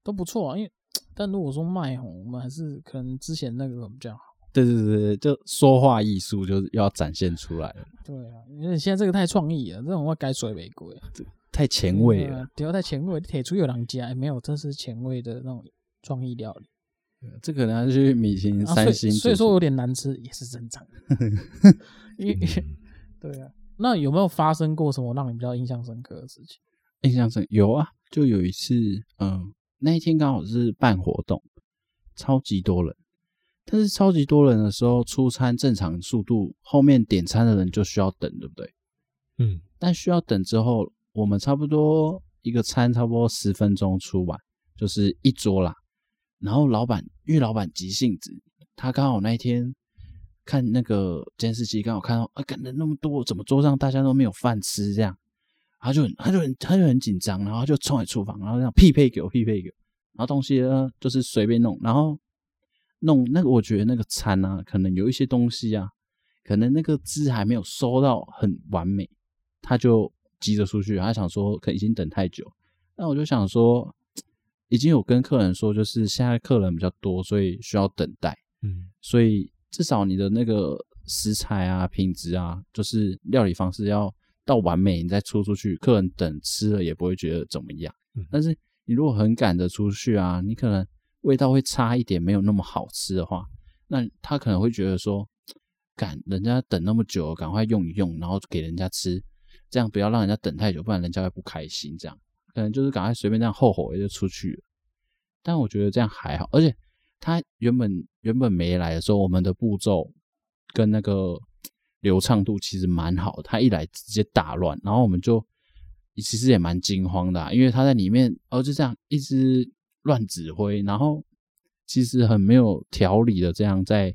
S2: 都不错啊。因为但如果说卖红，我们还是可能之前那个比较好。
S1: 对对对对，就说话艺术就是要展现出来了，
S2: 对啊，因为现在这个太创意了，这种会改水玫瑰，
S1: 太前卫
S2: 对
S1: 了
S2: 啊。，不要太前卫，铁出有人家、哎没有，这是前卫的那种创意料理。
S1: 这可能要去米其林
S2: 啊
S1: 三星、
S2: 所以，所以说有点难吃也是正常的。
S1: 嗯
S3: 嗯
S2: 因为对啊，那有没有发生过什么让你比较印象深刻的事情？
S1: 印象深有啊，就有一次，嗯，那一天刚好是办活动，超级多人。但是超级多人的时候，出餐正常速度，后面点餐的人就需要等，对不对？
S3: 嗯，
S1: 但需要等之后，我们差不多一个餐差不多十分钟出完，就是一桌啦。然后老板，因为老板急性子，他刚好那一天看那个监视器，刚好看到啊，干人那么多，怎么桌上大家都没有饭吃这样？他就很他就很他就很紧张，然后他就冲来厨房，然后这样匹配给我匹配给我，然后东西呢就是随便弄，然后弄那个我觉得那个餐啊，可能有一些东西啊，可能那个汁还没有收到很完美，他就急着出去，他想说可能已经等太久。那我就想说，已经有跟客人说，就是现在客人比较多，所以需要等待，
S3: 嗯，
S1: 所以至少你的那个食材啊、品质啊，就是料理方式要到完美，你再出出去，客人等吃了也不会觉得怎么样。
S3: 嗯
S1: 但是你如果很赶着出去啊，你可能味道会差一点，没有那么好吃的话，那他可能会觉得说，赶人家等那么久，赶快用一用，然后给人家吃，这样不要让人家等太久，不然人家会不开心。这样可能就是赶快随便这样吼吼也就出去了。但我觉得这样还好，而且他原本原本没来的时候，我们的步骤跟那个流畅度其实蛮好的。他一来直接打乱，然后我们就其实也蛮惊慌的啊、因为他在里面哦就这样一直乱指挥，然后其实很没有条理的这样在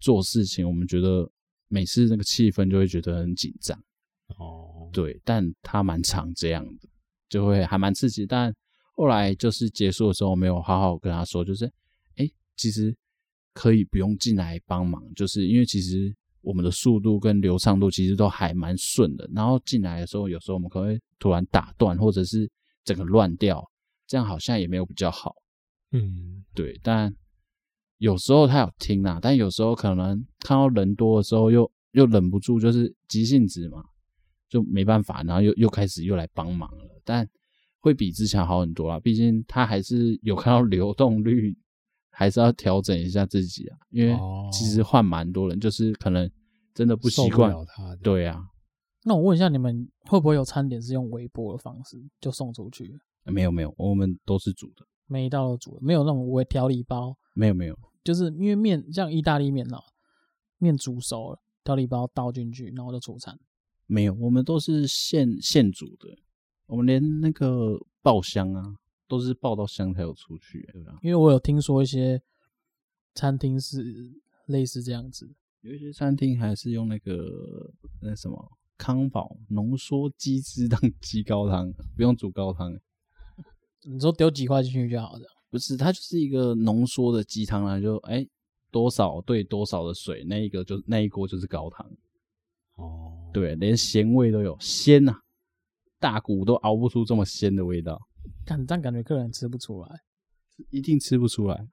S1: 做事情，我们觉得每次那个气氛就会觉得很紧张。
S3: 哦，
S1: 对，但他蛮常这样的，就会还蛮刺激。但后来就是结束的时候，没有好好跟他说，就是，哎，其实可以不用进来帮忙，就是因为其实我们的速度跟流畅度其实都还蛮顺的。然后进来的时候，有时候我们可能会突然打断，或者是整个乱掉，这样好像也没有比较好。
S3: 嗯，
S1: 对，但有时候他有听啦，但有时候可能看到人多的时候又，又忍不住就是急性子嘛，就没办法，然后又又开始又来帮忙了，但会比之前好很多啦，毕竟他还是有看到流动率，还是要调整一下自己啊，因为
S3: 哦
S1: 其实换蛮多人，就是可能真的不习
S3: 受
S1: 惯，
S3: 了他的，
S1: 对啊，
S2: 那我问一下，你们会不会有餐点是用微波的方式就送出去了？
S1: 没有没有，我们都是煮的，
S2: 每一道都煮了，没有那种微调理包，
S1: 没有没有，
S2: 就是因为面像意大利面啊，面煮熟了，调理包倒进去，然后就出餐。
S1: 没有，我们都是现现煮的，我们连那个爆香啊，都是爆到香才有出欸去，对吧？啊
S2: 因为我有听说一些餐厅是类似这样子，
S1: 有一些餐厅还是用那个那什么康宝浓缩鸡汁当鸡高汤，不用煮高汤，
S2: 你说丢几块进去就好了。
S1: 不是，它就是一个浓缩的鸡汤啦，就哎、多少兑多少的水，那一个就那一锅就是高汤，
S3: 哦，
S1: 对，连咸味都有，鲜呐、大骨都熬不出这么鲜的味道，
S2: 看，但感觉客人吃不出来，
S1: 一定吃不出来。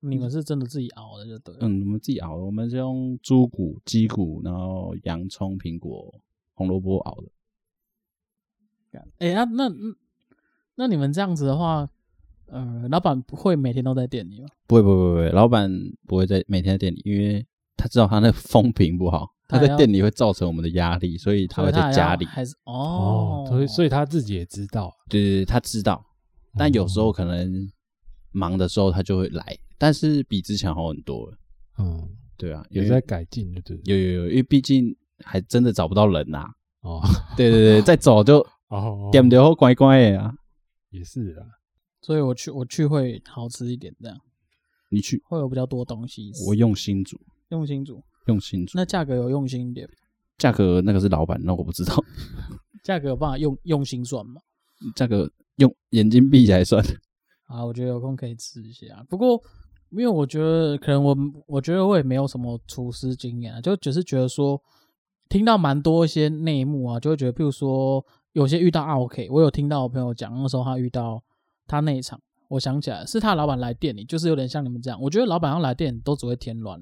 S2: 你们是真的自己熬的就对了。
S1: 嗯，我们自己熬的，我们是用猪骨、鸡骨，然后洋葱、苹果、红萝卜熬的。
S2: 哎、那那那那你们这样子的话，呃，老板不会每天都在店里吗？
S1: 不会不会不会不会，老板不会在每天在店里，因为他知道他那风评不好，
S2: 他
S1: 他
S2: 还要
S1: 在店里会造成我们的压力，所以他
S2: 所
S1: 会
S2: 以
S1: 在
S2: 还
S1: 家
S2: 要
S1: 里。
S2: 还是
S3: 哦
S2: 哦，，
S3: 所以所
S2: 以
S3: 以他自己也知道，
S1: 对对对，他知道，但有时候可能忙的时候他就会来，但是比之前好很多了。
S3: 嗯，
S1: 对啊，
S3: 也
S1: 因
S3: 是
S1: 为
S3: 在改进，对不对？
S1: 有有有，因为毕竟还真的找不到人呐、 啊。
S3: 哦
S1: 对对对，再走 就
S3: 哦，
S1: 点点后乖乖的啊。
S3: 也是啊，
S2: 所以我去我去会好吃一点，这样
S1: 你去，
S2: 会有比较多东西吃。
S1: 我用心煮，
S2: 用心煮，
S1: 用心煮。
S2: 那价格有用心一点，
S1: 价格那个是老板，那我不知道。
S2: 价格有办法用用心算吗？
S1: 价格用眼睛闭起来算。
S2: 啊，我觉得有空可以吃一下。不过，因为我觉得可能我我觉得我也没有什么厨师经验啊，就只是觉得说听到蛮多一些内幕啊，就会觉得，譬如说有些遇到 OK，我有听到我朋友讲，那时候他遇到他那一场，我想起来是他老板来店里，就是有点像你们这样，我觉得老板要来店里都只会添乱，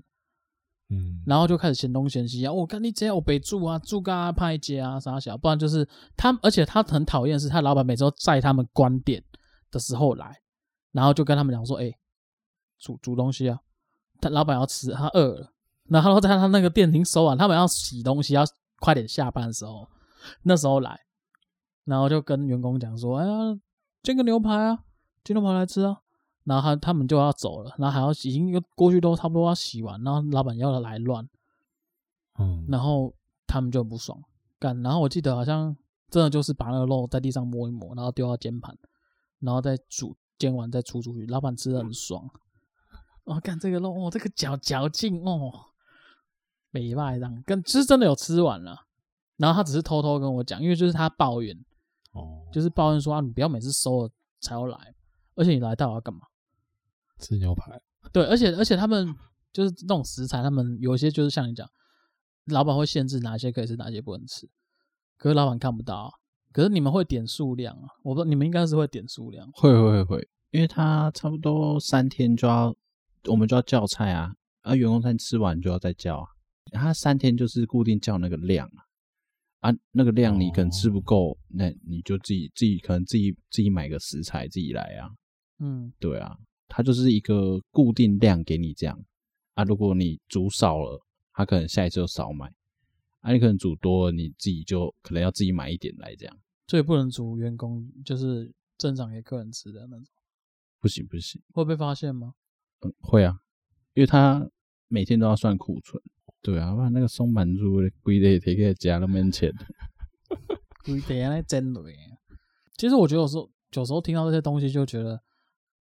S3: 嗯，
S2: 然后就开始嫌东嫌西啊，我、看你只要我北住啊，住啊，派街啊，啥小，不然就是他，而且他很讨厌的是他老板每周在他们关店的时候来，然后就跟他们讲说，哎、煮煮东西啊，他老板要吃，他饿了，然后在他那个店停收完，他们要洗东西，要快点下班的时候，那时候来，然后就跟员工讲说，哎呀，煎个牛排啊，煎牛排来吃啊，然后他他们就要走了，然后还要洗已经锅具都差不多要洗完，然后老板要来乱，
S3: 嗯，
S2: 然后他们就很不爽，干。然后我记得好像真的就是把那个肉在地上摸一摸，然后丢到煎盘，然后再煮，煎完再出出去，老板吃的很爽。哦，干这个肉，哦，这个嚼嚼劲，哦，没办法，跟其实真的有吃完了。然后他只是偷偷跟我讲，因为就是他抱怨，
S3: 哦，
S2: 就是抱怨说啊，你不要每次收了才要来，而且你来到底要干嘛？
S3: 吃牛排，
S2: 对，而且而且他们就是那种食材，他们有一些就是像你讲，老板会限制哪些可以吃，哪些不能吃。可是老板看不到、啊，可是你们会点数量啊？我不知道，你们应该是会点数量。
S1: 会会会会，因为他差不多三天就要，我们就要叫菜啊，啊，员工餐吃完就要再叫啊。他三天就是固定叫那个量啊，啊，那个量你可能吃不够，那你就自己自己可能自己自己买个食材自己来啊，
S2: 嗯，
S1: 对啊，他就是一个固定量给你这样啊。如果你煮少了，他可能下一次就少买，啊，你可能煮多了，你自己就可能要自己买一点来这样，
S2: 所以不能煮员工，就是正常给客人吃的那种，
S1: 不行不行。
S2: 会被发现吗？
S1: 嗯，会啊，因为他每天都要算库存。对啊，不然那个松板猪的龟类可以加那么钱。
S2: 故意等下来啊真的。其实我觉得有时候有时候听到这些东西就觉得，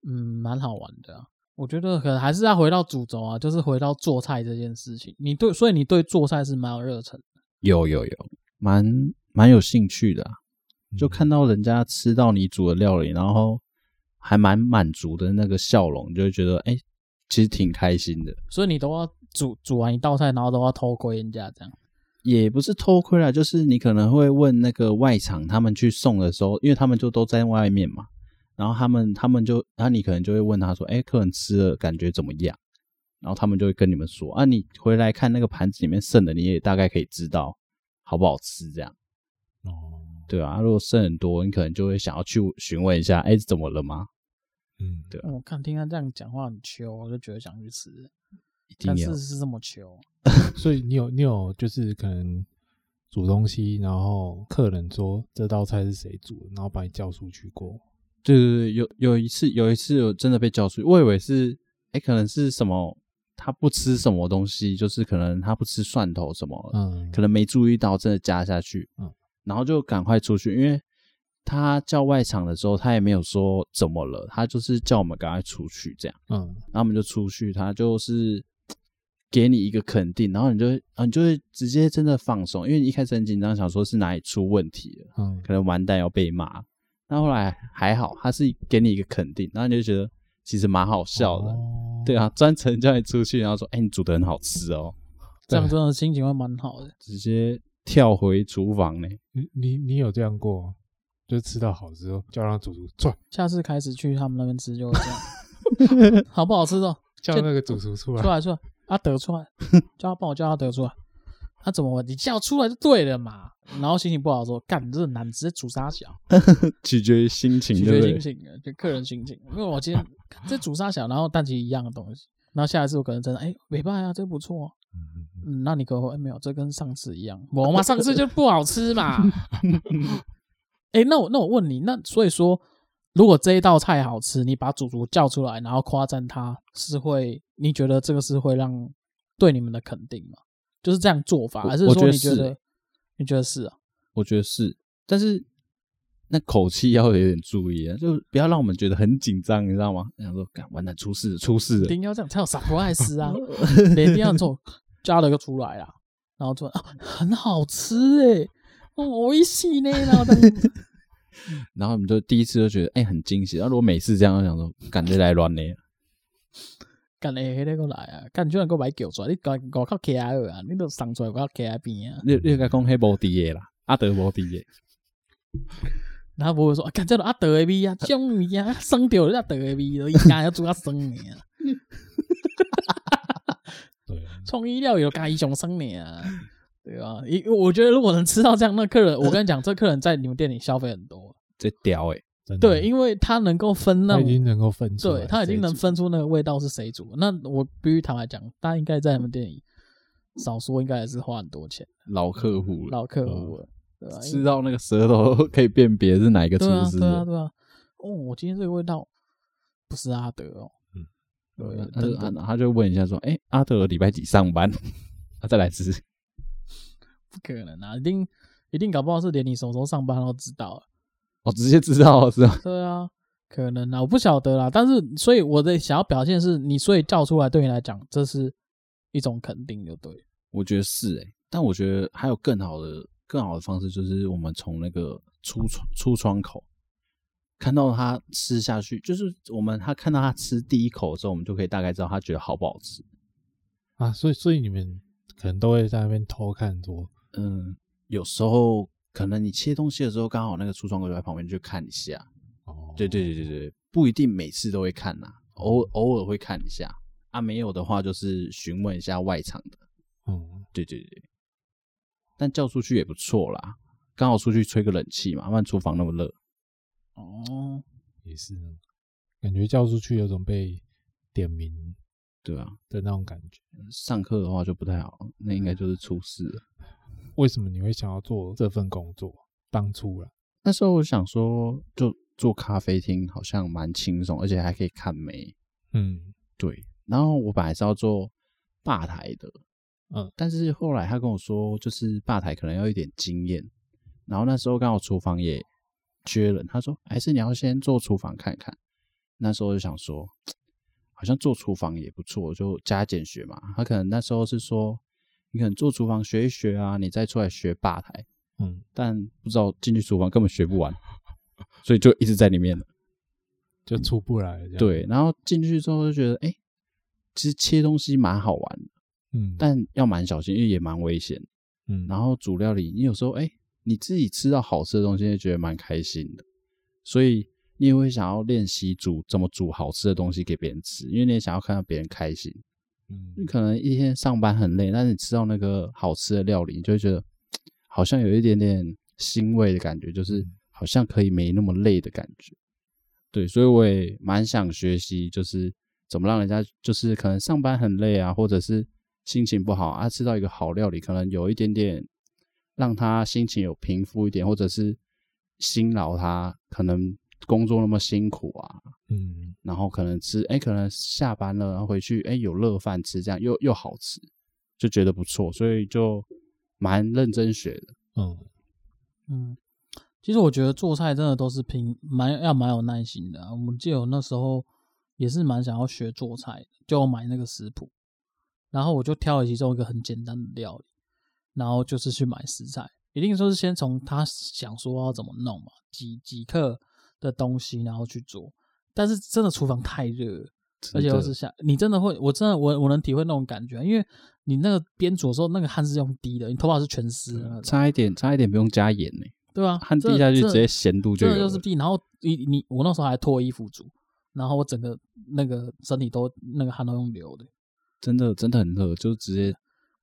S2: 嗯，蛮好玩的啊、我觉得可能还是要回到主轴啊，就是回到做菜这件事情。你对，所以你对做菜是蛮有热忱的。
S1: 有有有，蛮蛮有兴趣的啊、就
S3: 嗯
S1: 看到人家吃到你煮的料理，然后还蛮满足的那个笑容，你就会觉得哎、其实挺开心的。
S2: 所以你都要煮煮完一道菜，然后都要偷窥人家这样。
S1: 也不是偷窥啦，就是你可能会问那个外场他们去送的时候，因为他们就都在外面嘛，然后他们他们就，然后你可能就会问他说，哎、客人吃了感觉怎么样？然后他们就会跟你们说，啊，你回来看那个盘子里面剩的，你也大概可以知道好不好吃这样，
S3: 哦，
S1: 对啊，如果剩很多，你可能就会想要去询问一下，哎、怎么了吗？
S3: 嗯，
S1: 对
S2: 我哦看听他这样讲话很糗，我就觉得想去吃，
S1: 一定
S2: 但
S1: 要
S2: 是是这么糗。
S3: 所以你有你有就是可能煮东西，然后客人说这道菜是谁煮的，然后把你叫出去过，
S1: 对对对，有有一次有一次有真的被叫出去，我以为是哎、可能是什么他不吃什么东西，就是可能他不吃蒜头什么，
S3: 嗯，
S1: 可能没注意到，真的加下去，
S3: 嗯
S1: 然后就赶快出去，因为他叫外场的时候，他也没有说怎么了，他就是叫我们赶快出去这样，
S3: 嗯
S1: 然后我们就出去，他就是给你一个肯定，然后你就会啊，你就会直接真的放松，因为你一开始很紧张，想说是哪里出问题了，
S3: 嗯，
S1: 可能完蛋要被骂。那后来还好，他是给你一个肯定，然后你就觉得其实蛮好笑的。
S3: 哦
S1: 对啊，专程叫你出去，然后说：“哎、你煮的很好吃哦。
S2: 这样
S3: 对
S2: 真的心情会蛮好的”。
S1: 直接跳回厨房呢。
S3: 你你你有这样过？就是吃到好之后，叫他主厨转，
S2: 下次开始去他们那边吃就会 这样，好不好吃哦？
S3: 叫那个主厨出来
S2: 出。来出来，阿德出来，叫他帮我叫阿德出来。他、怎么你叫出来就对了嘛？然后心情不好的时候，干你这难，直接煮沙小，
S1: 取决于心情，
S2: 取
S1: 对
S2: 决
S1: 不
S2: 于
S1: 对？
S2: 心情的，就客人心情。因为我今天这煮沙小，然后但其实一样的东西。然后下一次我可能真的，哎、没办法、啊，这不错、哦。
S3: 嗯嗯
S2: 嗯，那你可会、哎没有？这跟上次一样，我嘛上次就不好吃嘛。 哎、那我那我问你，那所以说，如果这一道菜好吃，你把主厨叫出来，然后夸赞他，是会你觉得这个是会让对你们的肯定吗？就是这样做法，
S1: 我
S2: 还是
S1: 我觉得
S2: 说你觉
S1: 是
S2: 得
S1: 欸
S2: 你觉得是啊？
S1: 我觉得是，但是那口气要有点注意啊，就不要让我们觉得很紧张，你知道吗？想说，干完蛋，出事了，出事
S2: 一
S1: 了，
S2: 定要这样才有 surprise 啊！你一定要做，加了一个出来啦，然后做啊，很好吃哎、欸，我一细呢，然后这样子
S1: 然后你就第一次就觉得，哎、很惊喜。然后如果每次这样，就想说，感觉来乱呢，
S2: 干诶，那个来啊，干居然个买叫出来，你搞搞靠 K I 啊，你都送出来搞 K I 边啊，
S1: 你你该讲黑无敌的啦，阿德无敌的，
S2: 然后不会说啊，干这都阿德的味啊，这种味啊，生掉了阿德的味，都一家要煮啊生你啊，
S3: 对，啊
S2: 创意料有加一种生你啊，对吧？一我觉得如果能吃到这样的客人，我跟你讲，这客人在你们店里消费很多，
S1: 这屌哎、
S3: 真的
S2: 对，因为他能够分那
S3: 他已
S2: 种
S3: 经能够分出来
S2: 对他已经能
S3: 谁
S2: 分出那个味道是谁煮的。那我必须坦白讲，大家应该在你们店里，少说应该也是花很多钱，
S1: 老客户了，
S2: 老客户
S3: 哦
S2: 了，对啊吧？
S1: 吃到那个舌头 都可以辨别是哪一个厨
S2: 对啊，
S1: 师
S2: 对啊，
S1: 的。
S2: 对啊。哦，我今天这个味道不是阿德哦，
S3: 嗯
S2: 对啊
S1: 那，
S2: 等
S1: 他
S2: 等
S1: 他就问一下说，哎、阿德礼拜几上班？ 啊，再来吃。
S2: 不可能啊，一定一定搞不好是连你什么时候上班都知道了。
S1: 哦，直接知道是吧？
S2: 对啊，可能啊，我不晓得啦。但是，所以我的想要表现是你，所以叫出来对你来讲，这是一种肯定，就对了。
S1: 我觉得是诶、但我觉得还有更好的、更好的方式，就是我们从那个出窗出窗口看到他吃下去，就是我们他看到他吃第一口之后，我们就可以大概知道他觉得好不好吃。
S3: 啊，所以所以你们可能都会在那边偷看说，
S1: 嗯，有时候可能你切东西的时候，刚好那个出窗口就在旁边去看一下。
S3: 哦，
S1: 对对对对对，不一定每次都会看呐、偶偶尔会看一下啊，没有的话就是询问一下外场的。
S3: 嗯，
S1: 对对对，但叫出去也不错啦，刚好出去吹个冷气嘛，不然厨房那么热。
S2: 哦，
S3: 也是呢，感觉叫出去有种被点名
S1: 对啊，
S3: 的那种感觉。
S1: 上课的话就不太好，那应该就是出事了。
S3: 为什么你会想要做这份工作？当初啦，啊
S1: 那时候我想说，就做咖啡厅好像蛮轻松，而且还可以看梅。
S3: 嗯，
S1: 对，然后我本来是要做吧台的，
S3: 嗯，
S1: 但是后来他跟我说，就是吧台可能要一点经验，然后那时候刚好厨房也缺人，他说还是你要先做厨房看看。那时候就想说，好像做厨房也不错，就加减学嘛。他可能那时候是说，你可能做厨房学一学啊，你再出来学吧台，
S3: 嗯，
S1: 但不知道进去厨房根本学不完，所以就一直在里面。
S3: 就出不来了这样。，
S1: 对，然后进去之后就觉得，哎、其实切东西蛮好玩的，
S3: 嗯，
S1: 但要蛮小心，因为也蛮危险。
S3: 嗯，
S1: 然后煮料理，你有时候哎、诶你自己吃到好吃的东西，就觉得蛮开心的，所以你也会想要练习煮怎么煮好吃的东西给别人吃，因为你也想要看到别人开心。你
S3: 嗯，
S1: 可能一天上班很累，但是你吃到那个好吃的料理，你就会觉得好像有一点点欣慰的感觉，就是好像可以没那么累的感觉。对，所以我也蛮想学习，就是怎么让人家就是可能上班很累啊，或者是心情不好啊，吃到一个好料理，可能有一点点让他心情有平复一点，或者是辛劳他可能工作那么辛苦啊，
S3: 嗯，
S1: 然后可能吃，哎，可能下班了，然后回去，哎，有热饭吃，这样又又好吃，就觉得不错，所以就蛮认真学的。
S3: 嗯，
S2: 嗯，其实我觉得做菜真的都是拼蛮要蛮有耐心的啊、我们记得我那时候也是蛮想要学做菜的，就买那个食谱，然后我就挑了其中一个很简单的料理，然后就是去买食材，一定说是先从他想说要怎么弄嘛，几几克的东西，然后去做。但是真的厨房太热了，而且又是夏，你真的会，我真的我我能体会那种感觉，啊因为你那个边煮的时候，那个汗是用滴的，你头发是啊全湿的那种，
S1: 差一点，差一点不用加盐呢、
S2: 对啊，
S1: 汗
S2: 真
S1: 滴
S2: 的
S1: 下去
S2: 真
S1: 直
S2: 的
S1: 接咸度就
S2: 真
S1: 有
S2: 的就
S1: 了
S2: 是地，然后你你我那时候还脱衣服煮，然后我整个那个身体都那个汗都用流的，
S1: 真的真的很热，就直接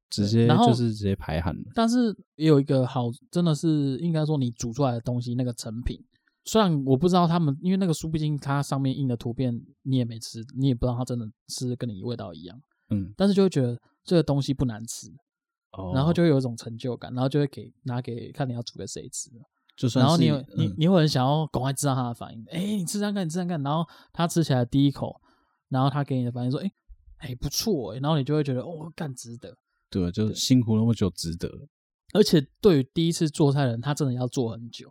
S1: 直接
S2: 然后
S1: 就是直接排汗了。
S2: 但是也有一个好，真的是应该说你煮出来的东西那个成品，虽然我不知道他们，因为那个书毕竟它上面印的图片你也没吃，你也不知道它真的吃跟你味道一样，
S1: 嗯，
S2: 但是就会觉得这个东西不难吃，
S1: 哦
S2: 然后就会有一种成就感，然后就会给拿给看你要煮给谁吃，
S1: 就算
S2: 然
S1: 是
S2: 后你有你
S1: 嗯
S2: 你会很想要赶快知道他的反应，哎、你吃这样看，你吃这样看，然后他吃起来第一口，然后他给你的反应说，哎、哎、不错、哎，然后你就会觉得哦，干值得。
S1: 对，就辛苦那么久，值得了。
S2: 而且对于第一次做菜的人，他真的要做很久，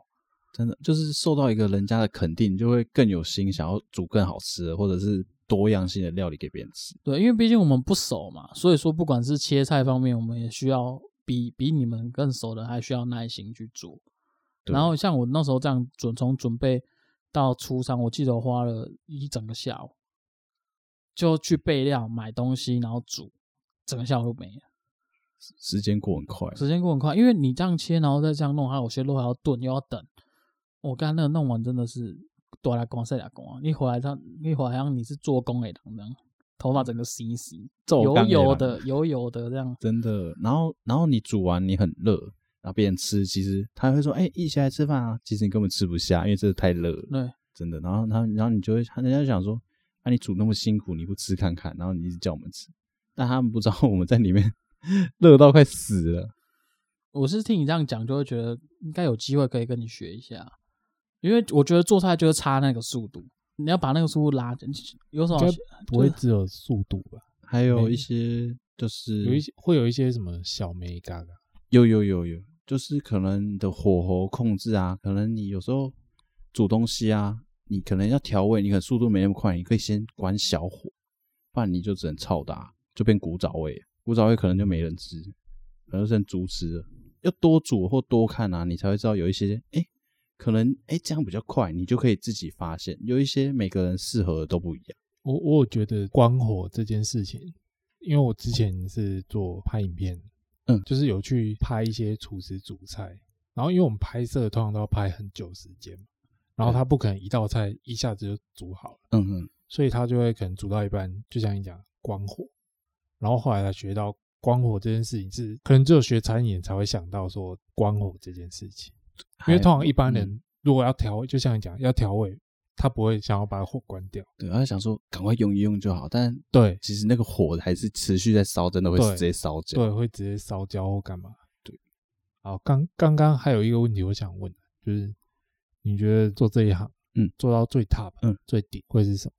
S1: 真的就是受到一个人家的肯定，就会更有心想要煮更好吃的，或者是多样性的料理给别人吃。
S2: 对，因为毕竟我们不熟嘛，所以说不管是切菜方面，我们也需要比比你们更熟的还需要耐心去做。
S1: 对
S2: 然后像我那时候这样准从准备到出餐，我记得我花了一整个下午，就去备料、买东西，然后煮，整个下午都没了。
S1: 时间过很快，
S2: 时间过很快，因为你这样切，然后再这样弄，还有些肉还要炖，又要等。我刚才那个弄完真的是多来光晒俩光啊！一回来他一回来，像你是做工诶，这样头发整个稀稀，
S1: 皱
S2: 油
S1: 干的
S2: 油
S1: 啦
S2: 的油油的这样。
S1: 真的。然后，然后你煮完你很热，然后别人吃，其实他会说：“哎、一起来吃饭啊！”其实你根本吃不下，因为真的太热了，
S2: 对，
S1: 真的。然后他，然后你就会，人家就想说：“啊，你煮那么辛苦，你不吃看看？”然后你一直叫我们吃，但他们不知道我们在里面 热到快死了。
S2: 我是听你这样讲，就会觉得应该有机会可以跟你学一下，因为我觉得做菜就是差那个速度，你要把那个速度拉，有什么好
S3: 应该
S2: 学？
S3: 不会只有速度吧？
S1: 还有
S3: 没
S1: 一些就是
S3: 有一些会有一些什么小美嘎嘎，
S1: 有有有有，就是可能你的火候控制啊，可能你有时候煮东西啊，你可能要调味，你可能速度没那么快，你可以先关小火，不然你就只能超大，就变古早味了，古早味可能就没人吃，可能就剩猪吃了。要多煮或多看啊，你才会知道有一些哎、诶可能哎、诶这样比较快，你就可以自己发现有一些每个人适合的都不一样。
S3: 我我有觉得关火这件事情，因为我之前是做拍影片，
S1: 嗯
S3: 就是有去拍一些厨师煮菜，然后因为我们拍摄通常都要拍很久时间嘛，然后他不可能一道菜一下子就煮好了，
S1: 嗯嗯，
S3: 所以他就会可能煮到一半，就像你讲关火，然后后来才学到关火这件事情是可能只有学餐饮才会想到说关火这件事情，因为
S1: 还
S3: 通常一般
S1: 嗯
S3: 人如果要调味，就像你讲要调味，他不会想要把火关掉，
S1: 对，他想说赶快用一用就好，但
S3: 对，
S1: 其实那个火还是持续在烧，真的会
S3: 对
S1: 直接烧焦。
S3: 对，会直接烧焦或干嘛。对，好，刚刚刚还有一个问题我想问，就是你觉得做这一行，
S1: 嗯，
S3: 做到最 top，
S1: 嗯，
S3: 最顶会是什么？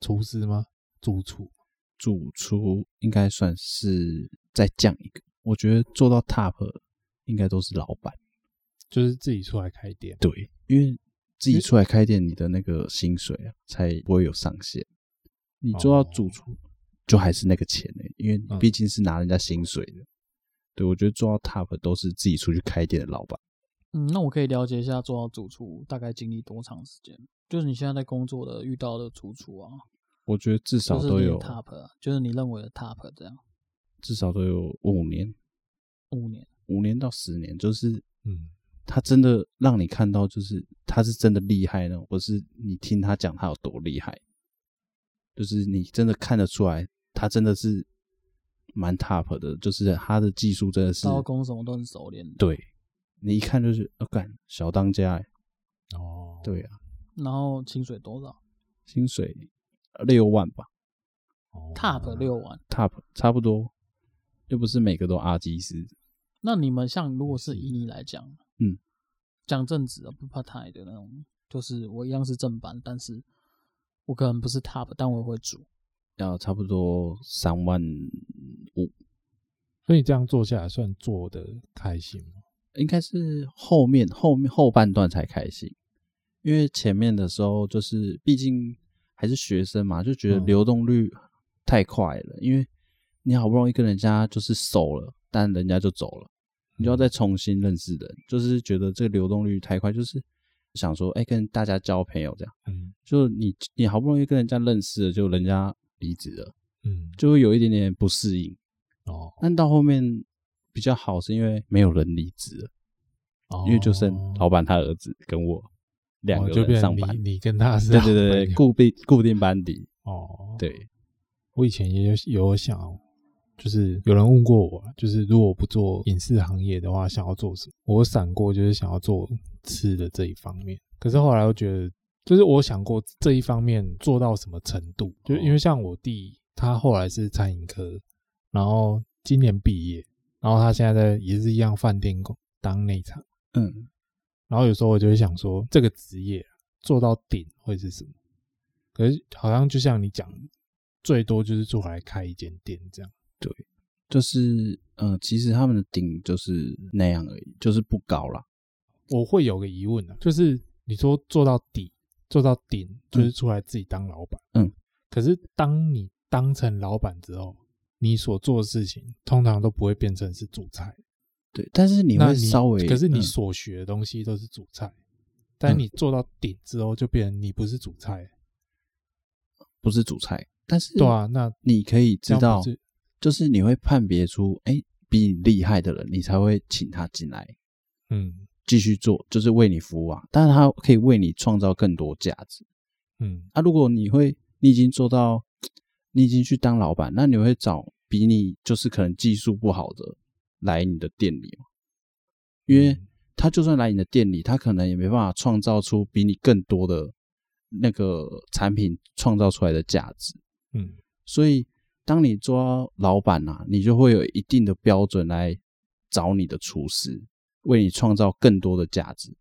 S3: 厨师吗？主厨？
S1: 主厨应该算是再降一个，我觉得做到 top 应该都是老板，
S3: 就是自己出来开店？
S1: 对，因为自己出来开店，你的那个薪水啊才不会有上限。你做到主厨，就还是那个钱呢、欸因为你
S3: 嗯
S1: 毕竟是拿人家薪水的。对，我觉得做到 top 都是自己出去开店的老板。
S2: 嗯，那我可以了解一下做到主厨大概经历多长时间？就是你现在在工作的遇到的主厨啊，
S1: 我觉得至
S2: 就
S1: 少
S2: 是
S1: 都
S2: 你的
S1: 有，
S2: top，、啊、就是你认为的 top 这样
S1: 至少都有五年，
S2: 五年。
S1: 五年到十年，就是
S3: 嗯，
S1: 他真的让你看到，就是他是真的厉害呢，不是你听他讲他有多厉害，就是你真的看得出来，他真的是蛮 top 的，就是他的技术真的是
S2: 刀工什么都很熟练的，
S1: 对，你一看就是，哦，干小当家、欸，
S3: 哦，
S1: 对啊，
S2: 然后薪水多少
S1: 薪水六万吧
S3: 哦
S2: ？Top 六万。
S1: ，top 差不多，又不是每个都阿基斯，
S2: 那你们像如果是以你来讲，
S1: 嗯，
S2: 讲正职的不怕太的那种，就是我一样是正版，但是我可能不是 Top，但我会煮。
S1: 要差不多三万五，
S3: 所以这样做下来算做的开心吗？
S1: 应该是后面后面后半段才开心，因为前面的时候就是毕竟还是学生嘛，就觉得
S3: 嗯
S1: 流动率太快了，因为你好不容易跟人家就是熟了，但人家就走了，你就要再重新认识人，就是觉得这个流动率太快，就是想说，哎、跟大家交朋友这样，
S3: 嗯
S1: 就是你你好不容易跟人家认识了，就人家离职了，
S3: 嗯，
S1: 就会有一点点不适应。
S3: 哦，
S1: 但到后面比较好，是因为没有人离职啊了，因为就剩老板他儿子跟我两
S3: 哦
S1: 个
S3: 就变
S1: 人
S3: 成
S1: 上班。
S3: 你你跟他是
S1: 对对对对，
S3: 好朋友
S1: 固定固定班底，
S3: 哦，
S1: 对，
S3: 我以前也有有想，就是有人问过我，就是如果不做影视行业的话，想要做什么？我有闪过就是想要做吃的这一方面，可是后来我觉得，就是我想过这一方面做到什么程度，就因为像我弟，他后来是餐饮科，然后今年毕业，然后他现在在也是一样饭店工当内场，
S1: 嗯，
S3: 然后有时候我就会想说，这个职业做到顶会是什么？可是好像就像你讲，最多就是做来开一间店这样。
S1: 就是呃，其实他们的顶就是那样而已，就是不高啦。
S3: 我会有个疑问啊，就是你说做到底，做到顶，就是出来自己当老板。
S1: 嗯。
S3: 可是当你当成老板之后，你所做的事情通常都不会变成是主菜，
S1: 对，但是你
S3: 那
S1: 会稍微，
S3: 可是你
S1: 嗯
S3: 所学的东西都是主菜，但
S1: 嗯
S3: 你做到顶之后，就变成你不是主菜。
S1: 不是主菜，但是
S3: 对啊，那
S1: 你可以知
S3: 这样不
S1: 道，
S3: 是
S1: 就是你会判别出，哎、比你厉害的人，你才会请他进来
S3: 嗯
S1: 继续做，就是为你服务啊。但是他可以为你创造更多价值。
S3: 嗯
S1: 啊，如果你会，你已经做到，你已经去当老板，那你会找比你就是可能技术不好的来你的店里嘛？因为
S3: 嗯
S1: 他就算来你的店里，他可能也没办法创造出比你更多的那个产品创造出来的价值。
S3: 嗯
S1: 所以，当你做到老板啊，你就会有一定的标准来找你的厨师，为你创造更多的价值。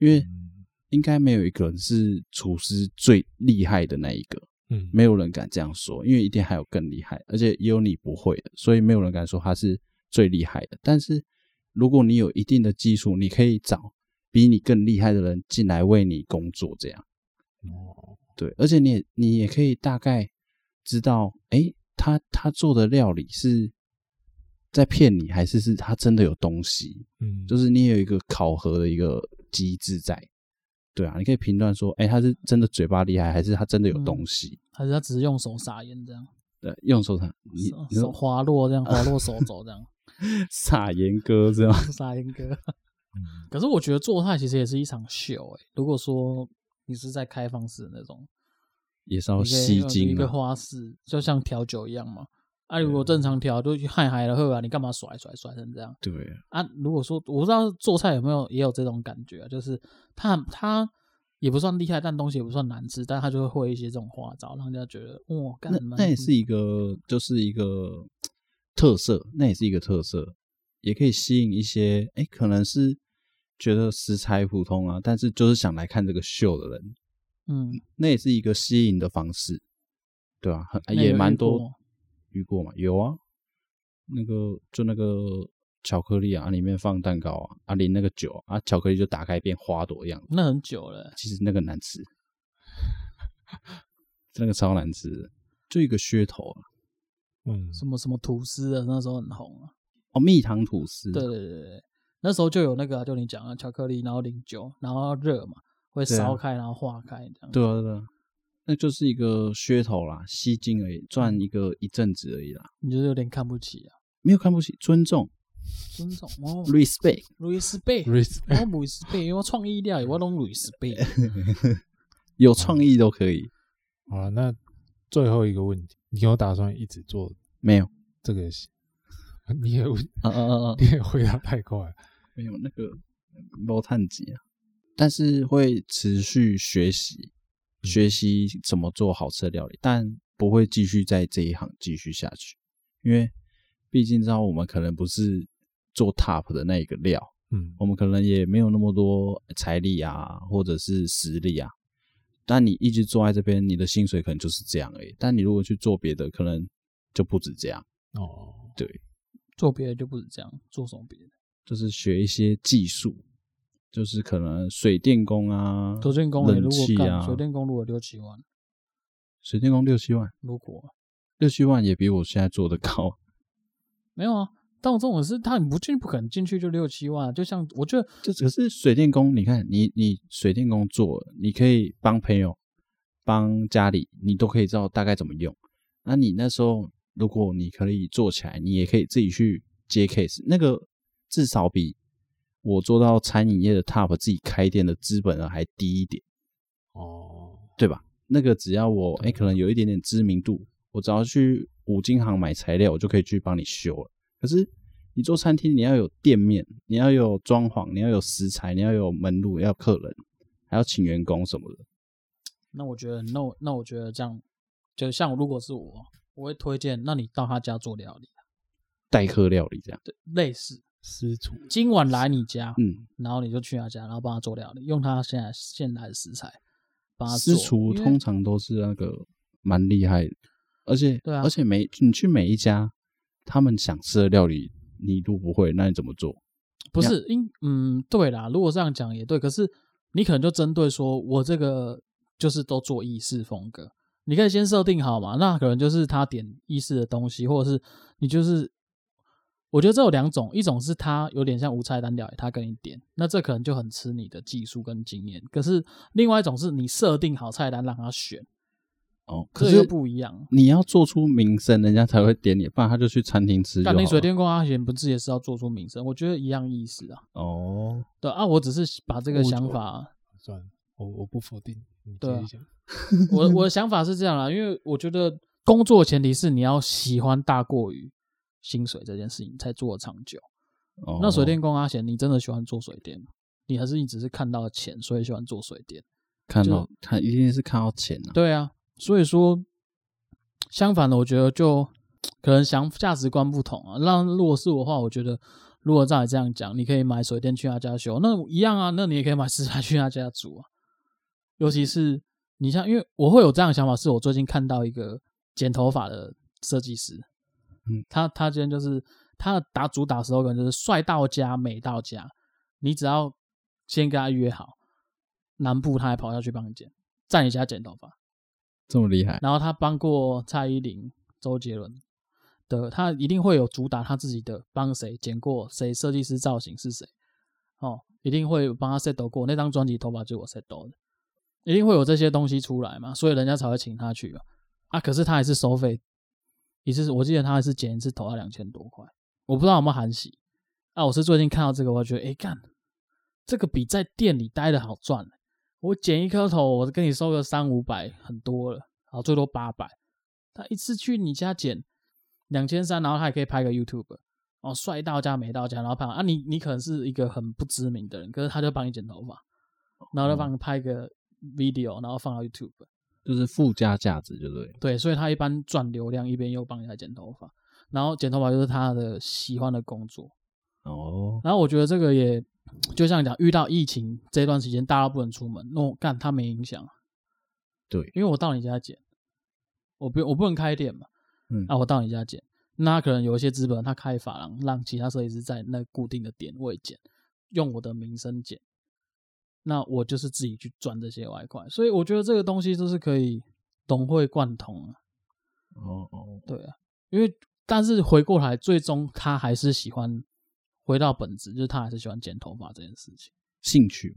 S1: 因为
S3: 嗯
S1: 应该没有一个人是厨师最厉害的那一个，
S3: 嗯
S1: 没有人敢这样说，因为一定还有更厉害，而且也有你不会的，所以没有人敢说他是最厉害的。但是，如果你有一定的技术，你可以找比你更厉害的人进来为你工作，这样。
S3: 哦，
S1: 对，而且你也你也可以大概知道，诶，他他做的料理是在骗你，还是是他真的有东西？
S3: 嗯，
S1: 就是你有一个考核的一个机制在。对啊，你可以评断说，诶，他是真的嘴巴厉害，还是他真的有东西？
S2: 还是他只是用手撒盐这样，
S1: 对，呃用手他你
S2: 手
S1: 你
S2: 手
S1: 说
S2: 滑落这样，滑落手肘这样，
S1: 撒盐哥这样，
S2: 撒盐哥。
S3: 嗯
S2: 可是我觉得做菜其实也是一场秀诶、如果说你是在开放式的那种，
S1: 也是要
S2: 你可以
S1: 哦吸
S2: 用一
S1: 睛
S2: 个
S1: 啊。
S2: 花式，就像调酒一样嘛。啊，如果正常调，就去嗨嗨了喝啊，你干嘛甩甩甩成这样
S1: 对啊，
S2: 啊？如果说我不知道做菜有没有也有这种感觉啊，就是他他也不算厉害，但东西也不算难吃，但他就会会一些这种花招，让人家觉得哇，干
S1: 那
S2: 嘛？
S1: 那也是一个，就是一个特色，那也是一个特色，也可以吸引一些，哎、可能是觉得食材普通啊，但是就是想来看这个秀的人，
S2: 嗯，
S1: 那也是一个吸引的方式，对吧、很
S2: 那
S1: 也
S2: 有
S1: 蛮
S2: 遇过
S1: 多
S2: 吗
S1: 遇过嘛，有啊，那个就那个巧克力啊，里面放蛋糕啊，啊淋那个酒啊，啊巧克力就打开变花朵一样，
S2: 那很久了欸、
S1: 其实那个难吃，那个超难吃的，就一个噱头啊。
S3: 嗯
S2: 什么什么吐司的，那时候很红啊。
S1: 哦，蜜糖吐司，
S2: 对对对对对，那时候就有那个啊、就你讲的巧克力，然后零酒，然后热嘛，会
S1: 对啊
S2: 烧开，然后化开这样。
S1: 对啊对啊，那就是一个噱头啦，吸睛而已，赚一个一阵子而已啦，
S2: 你就是有点看不起啊，
S1: 没有看不起，尊重
S2: 尊重哦
S1: ，respect，
S2: ，respect，
S3: ，respect，
S2: 我 respect，因为创意料理我拢 respect。
S1: 有创意都可以，
S3: 好了，那最后一个问题，你有打算一直做
S1: 没有，
S3: 这个？ 你也 问
S1: 啊啊啊啊，
S3: 你也回答太快了，
S1: 没有那个猫探级啊，但是会持续学习，学习怎么做好吃的料理，但不会继续在这一行继续下去，因为毕竟知道我们可能不是做 top 的那一个料，
S3: 嗯
S1: 我们可能也没有那么多财力啊，或者是实力啊。但你一直坐在这边，你的薪水可能就是这样而已。但你如果去做别的，可能就不止这样，
S3: 哦，
S2: 做别的就不是这样，做什么别的？
S1: 就是学一些技术，就是可能水电工啊，
S2: 水电工也
S1: 冷
S2: 如果
S1: 气
S2: 干、
S1: 啊，
S2: 水电工如果六七万，
S1: 水电工六七万，
S2: 如果
S1: 六七万也比我现在做的高。
S2: 没有啊，但我这种是他你不进不可能进去就六七万啊，就像我觉得
S1: 这可是水电工，你看你你水电工做了，你可以帮朋友、帮家里，你都可以知道大概怎么用。那你那时候如果你可以做起来，你也可以自己去接 case，那个至少比我做到餐饮业的 top 自己开店的资本额还低一点，
S3: 哦，
S1: 对吧？那个只要我哎、诶可能有一点点知名度，我只要去五金行买材料，我就可以去帮你修了。可是你做餐厅，你要有店面，你要有装潢，你要有食材，你要有门路，要有客人，还要请员工什么的。
S2: 那我觉得那我那我觉得这样，就像如果是我，我会推荐，那你到他家做料理，
S1: 代客料理这样，
S2: 对，类似
S3: 私厨
S2: 今晚来你家，
S1: 嗯，
S2: 然后你就去他家，然后帮他做料理，用他现在现来的食材帮他
S1: 私
S2: 做。
S1: 厨
S2: 因为
S1: 通常都是那个蛮厉害的，而且
S2: 对啊
S1: 而且每你去每一家，他们想吃的料理你都不会，那你怎么做？
S2: 不是因嗯对啦，如果这样讲也对，可是你可能就针对说我这个就是都做意式风格，你可以先设定好嘛，那可能就是他点意式的东西，或者是你就是。我觉得这有两种，一种是他有点像无菜单料理，他跟你点，那这可能就很吃你的技术跟经验。可是另外一种是你设定好菜单让他选，
S1: 哦，可
S2: 这又
S1: 是
S2: 不一样。
S1: 你要做出名声，人家才会点你，不然他就去餐厅吃就
S2: 干
S1: 好
S2: 你水
S1: 了。
S2: 电工啊，也不是也是要做出名声，我觉得一样意思啊。
S1: 哦，
S2: 对啊，我只是把这个
S3: 我
S2: 想法，
S3: 算了，我我不否定，你继
S2: 对啊
S3: 续讲。
S2: 我我的想法是这样啦，因为我觉得工作前提是你要喜欢大过于薪水这件事情才做得长久。
S1: 哦
S2: 那水电工阿贤，你真的喜欢做水电吗？你还是一直是看到钱，所以喜欢做水电？
S1: 看
S2: 就
S1: 到看一定是看到钱啊。
S2: 对啊，所以说相反的，我觉得就可能想价值观不同啊。那如果是我的话，我觉得如果照你这样讲，你可以买水电去他家修，那一样啊，那你也可以买食材去他家煮啊。尤其是你像，因为我会有这样的想法，是我最近看到一个剪头发的设计师，
S1: 嗯，
S2: 他他今天就是他的打主打 slogan 就是帅到家，美到家。你只要先跟他约好，南部他还跑下去帮你剪，在你家剪头发，
S1: 这么厉害，
S2: 然后他帮过蔡依林、周杰伦的，他一定会有主打他自己的，帮谁剪过，谁设计师造型是谁，哦，一定会有帮他 set 过那张专辑头发就是我 set 的，一定会有这些东西出来嘛，所以人家才会请他去嘛。啊，可是他还是收费，一次我记得他还是剪一次头要两千多块，我不知道有没有含洗。啊，我是最近看到这个，我觉得诶，干，这个比在店里待的好赚、欸我剪一颗头，我跟你收个三五百，很多了，好最多八百。他一次去你家剪两千三，然后他还可以拍个 YouTube，哦，帅到家美到家，然后拍啊你你可能是一个很不知名的人，可是他就帮你剪头发，然后就帮你拍个 video，然后放到 YouTube。
S1: 就是附加价值，就对了。
S2: 对，所以他一般赚流量，一边又帮人家剪头发，然后剪头发就是他的喜欢的工作。
S1: 哦，
S2: 然后我觉得这个也就像你讲，遇到疫情这段时间，大家不能出门，那我干他没影响啊，
S1: 对，
S2: 因为我到你家剪，我不我不能开店嘛，
S1: 嗯
S2: 啊，我到你家剪，那他可能有一些资本，他开发廊，让其他设计师在那固定的点位剪，用我的名声剪，那我就是自己去赚这些外快，所以我觉得这个东西就是可以融会贯通啊。
S1: 哦哦，
S2: 对啊，因为但是回过来，最终他还是喜欢回到本质，就是他还是喜欢剪头发这件事情，
S1: 兴趣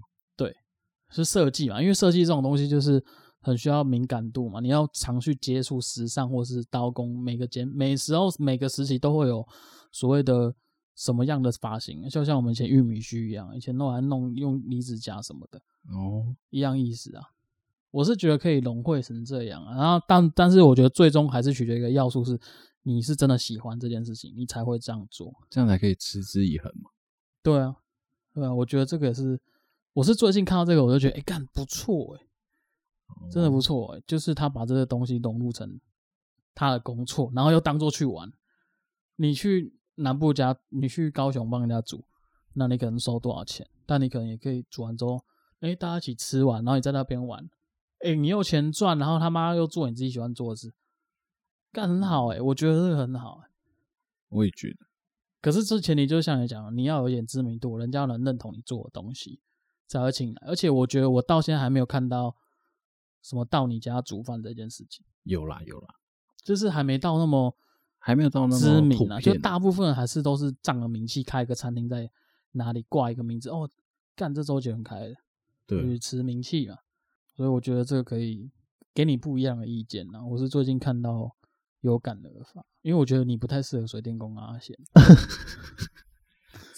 S2: 是设计嘛？因为设计这种东西就是很需要敏感度嘛，你要常去接触时尚或是刀工，每个剪每时候每个时期都会有所谓的。什么样的发型，就像我们以前玉米须一样，以前弄还弄用离子夹什么的，
S1: 哦，
S2: 一样意思啊。我是觉得可以融汇成这样、啊，然后但但是我觉得最终还是取决一个要素是，你是真的喜欢这件事情，你才会这样做。
S1: 这样才可以持之以恒嘛。
S2: 对啊，对啊，我觉得这个也是，我是最近看到这个，我就觉得哎干、不错哎、真的不错哎、就是他把这个东西融入成他的工作，然后又当做去玩。你去南部家，你去高雄帮人家煮，那你可能收多少钱？但你可能也可以煮完之后，哎、大家一起吃完，然后你在那边玩，哎、你有钱赚，然后他妈又做你自己喜欢做的事，干很好哎、我觉得这个很好、欸。
S1: 我也觉得，
S2: 可是这前提就像你讲的，你要有一点知名度，人家能认同你做的东西才会请来。而且我觉得我到现在还没有看到什么到你家煮饭这件事情，
S1: 有啦有啦，
S2: 就是还没到那么
S4: 还没有到那么
S2: 知名
S4: 普
S2: 啊，
S4: 遍
S2: 就大部分人还是都是仗着名气开一个餐厅，在哪里挂一个名字，哦，干这周杰伦开的，就是
S4: 对，
S2: 吃名气嘛。所以我觉得这个可以给你不一样的意见呢、我是最近看到有感而发，因为我觉得你不太适合水电工啊，阿贤。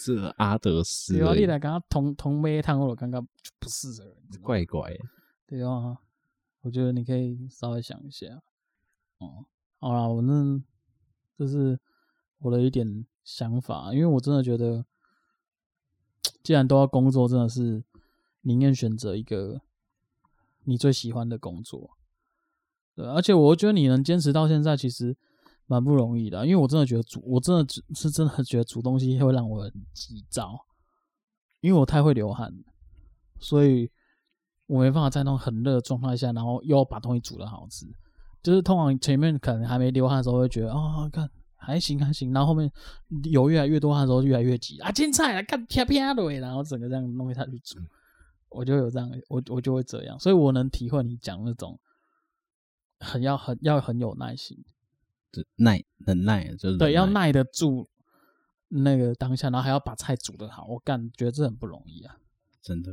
S4: 这阿德斯
S2: 对啊，
S4: 而
S2: 你
S4: 已
S2: 来跟他同同杯汤，我感觉就不适合人。你知道吗
S4: 怪怪欸，
S2: 对啊，我觉得你可以稍微想一下。哦、好啦，我那这是我的一点想法，因为我真的觉得，既然都要工作，真的是宁愿选择一个你最喜欢的工作。对，而且我觉得你能坚持到现在，其实蛮不容易的啊。因为我真的觉得煮，我真的是真的觉得煮东西会让我很急躁，因为我太会流汗了，所以我没办法在那种很热的状态下，然后又要把东西煮的好吃。就是通常前面可能还没流汗的时候，会觉得哦，看还行还行，然后后面有越来越多汗的时候，越来越急啊，青菜啊，看啪啪的，然后整个这样弄下去煮，我就有这样，我我就会这样，所以我能体会你讲那种很要很要很有耐心，
S4: 这耐能
S1: 啊
S4: 耐就是
S2: 对，
S4: 忍
S2: 要耐得住那个当下，然后还要把菜煮得好，我干，觉得这很不容易啊。
S4: 真的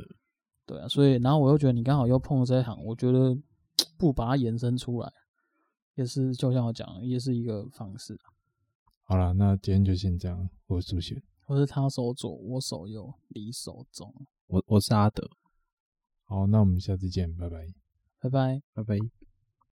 S2: 对啊，所以然后我又觉得你刚好又碰了这一行，我觉得不把它延伸出来，也是就像我讲的，也是一个方式啊。
S3: 好了，那今天就先这样。我是朱雪，
S2: 或是他手左，我手右，你手中，
S4: 我我是阿德，
S3: 好，那我们下次见，拜拜。
S2: 拜拜。
S4: 拜拜。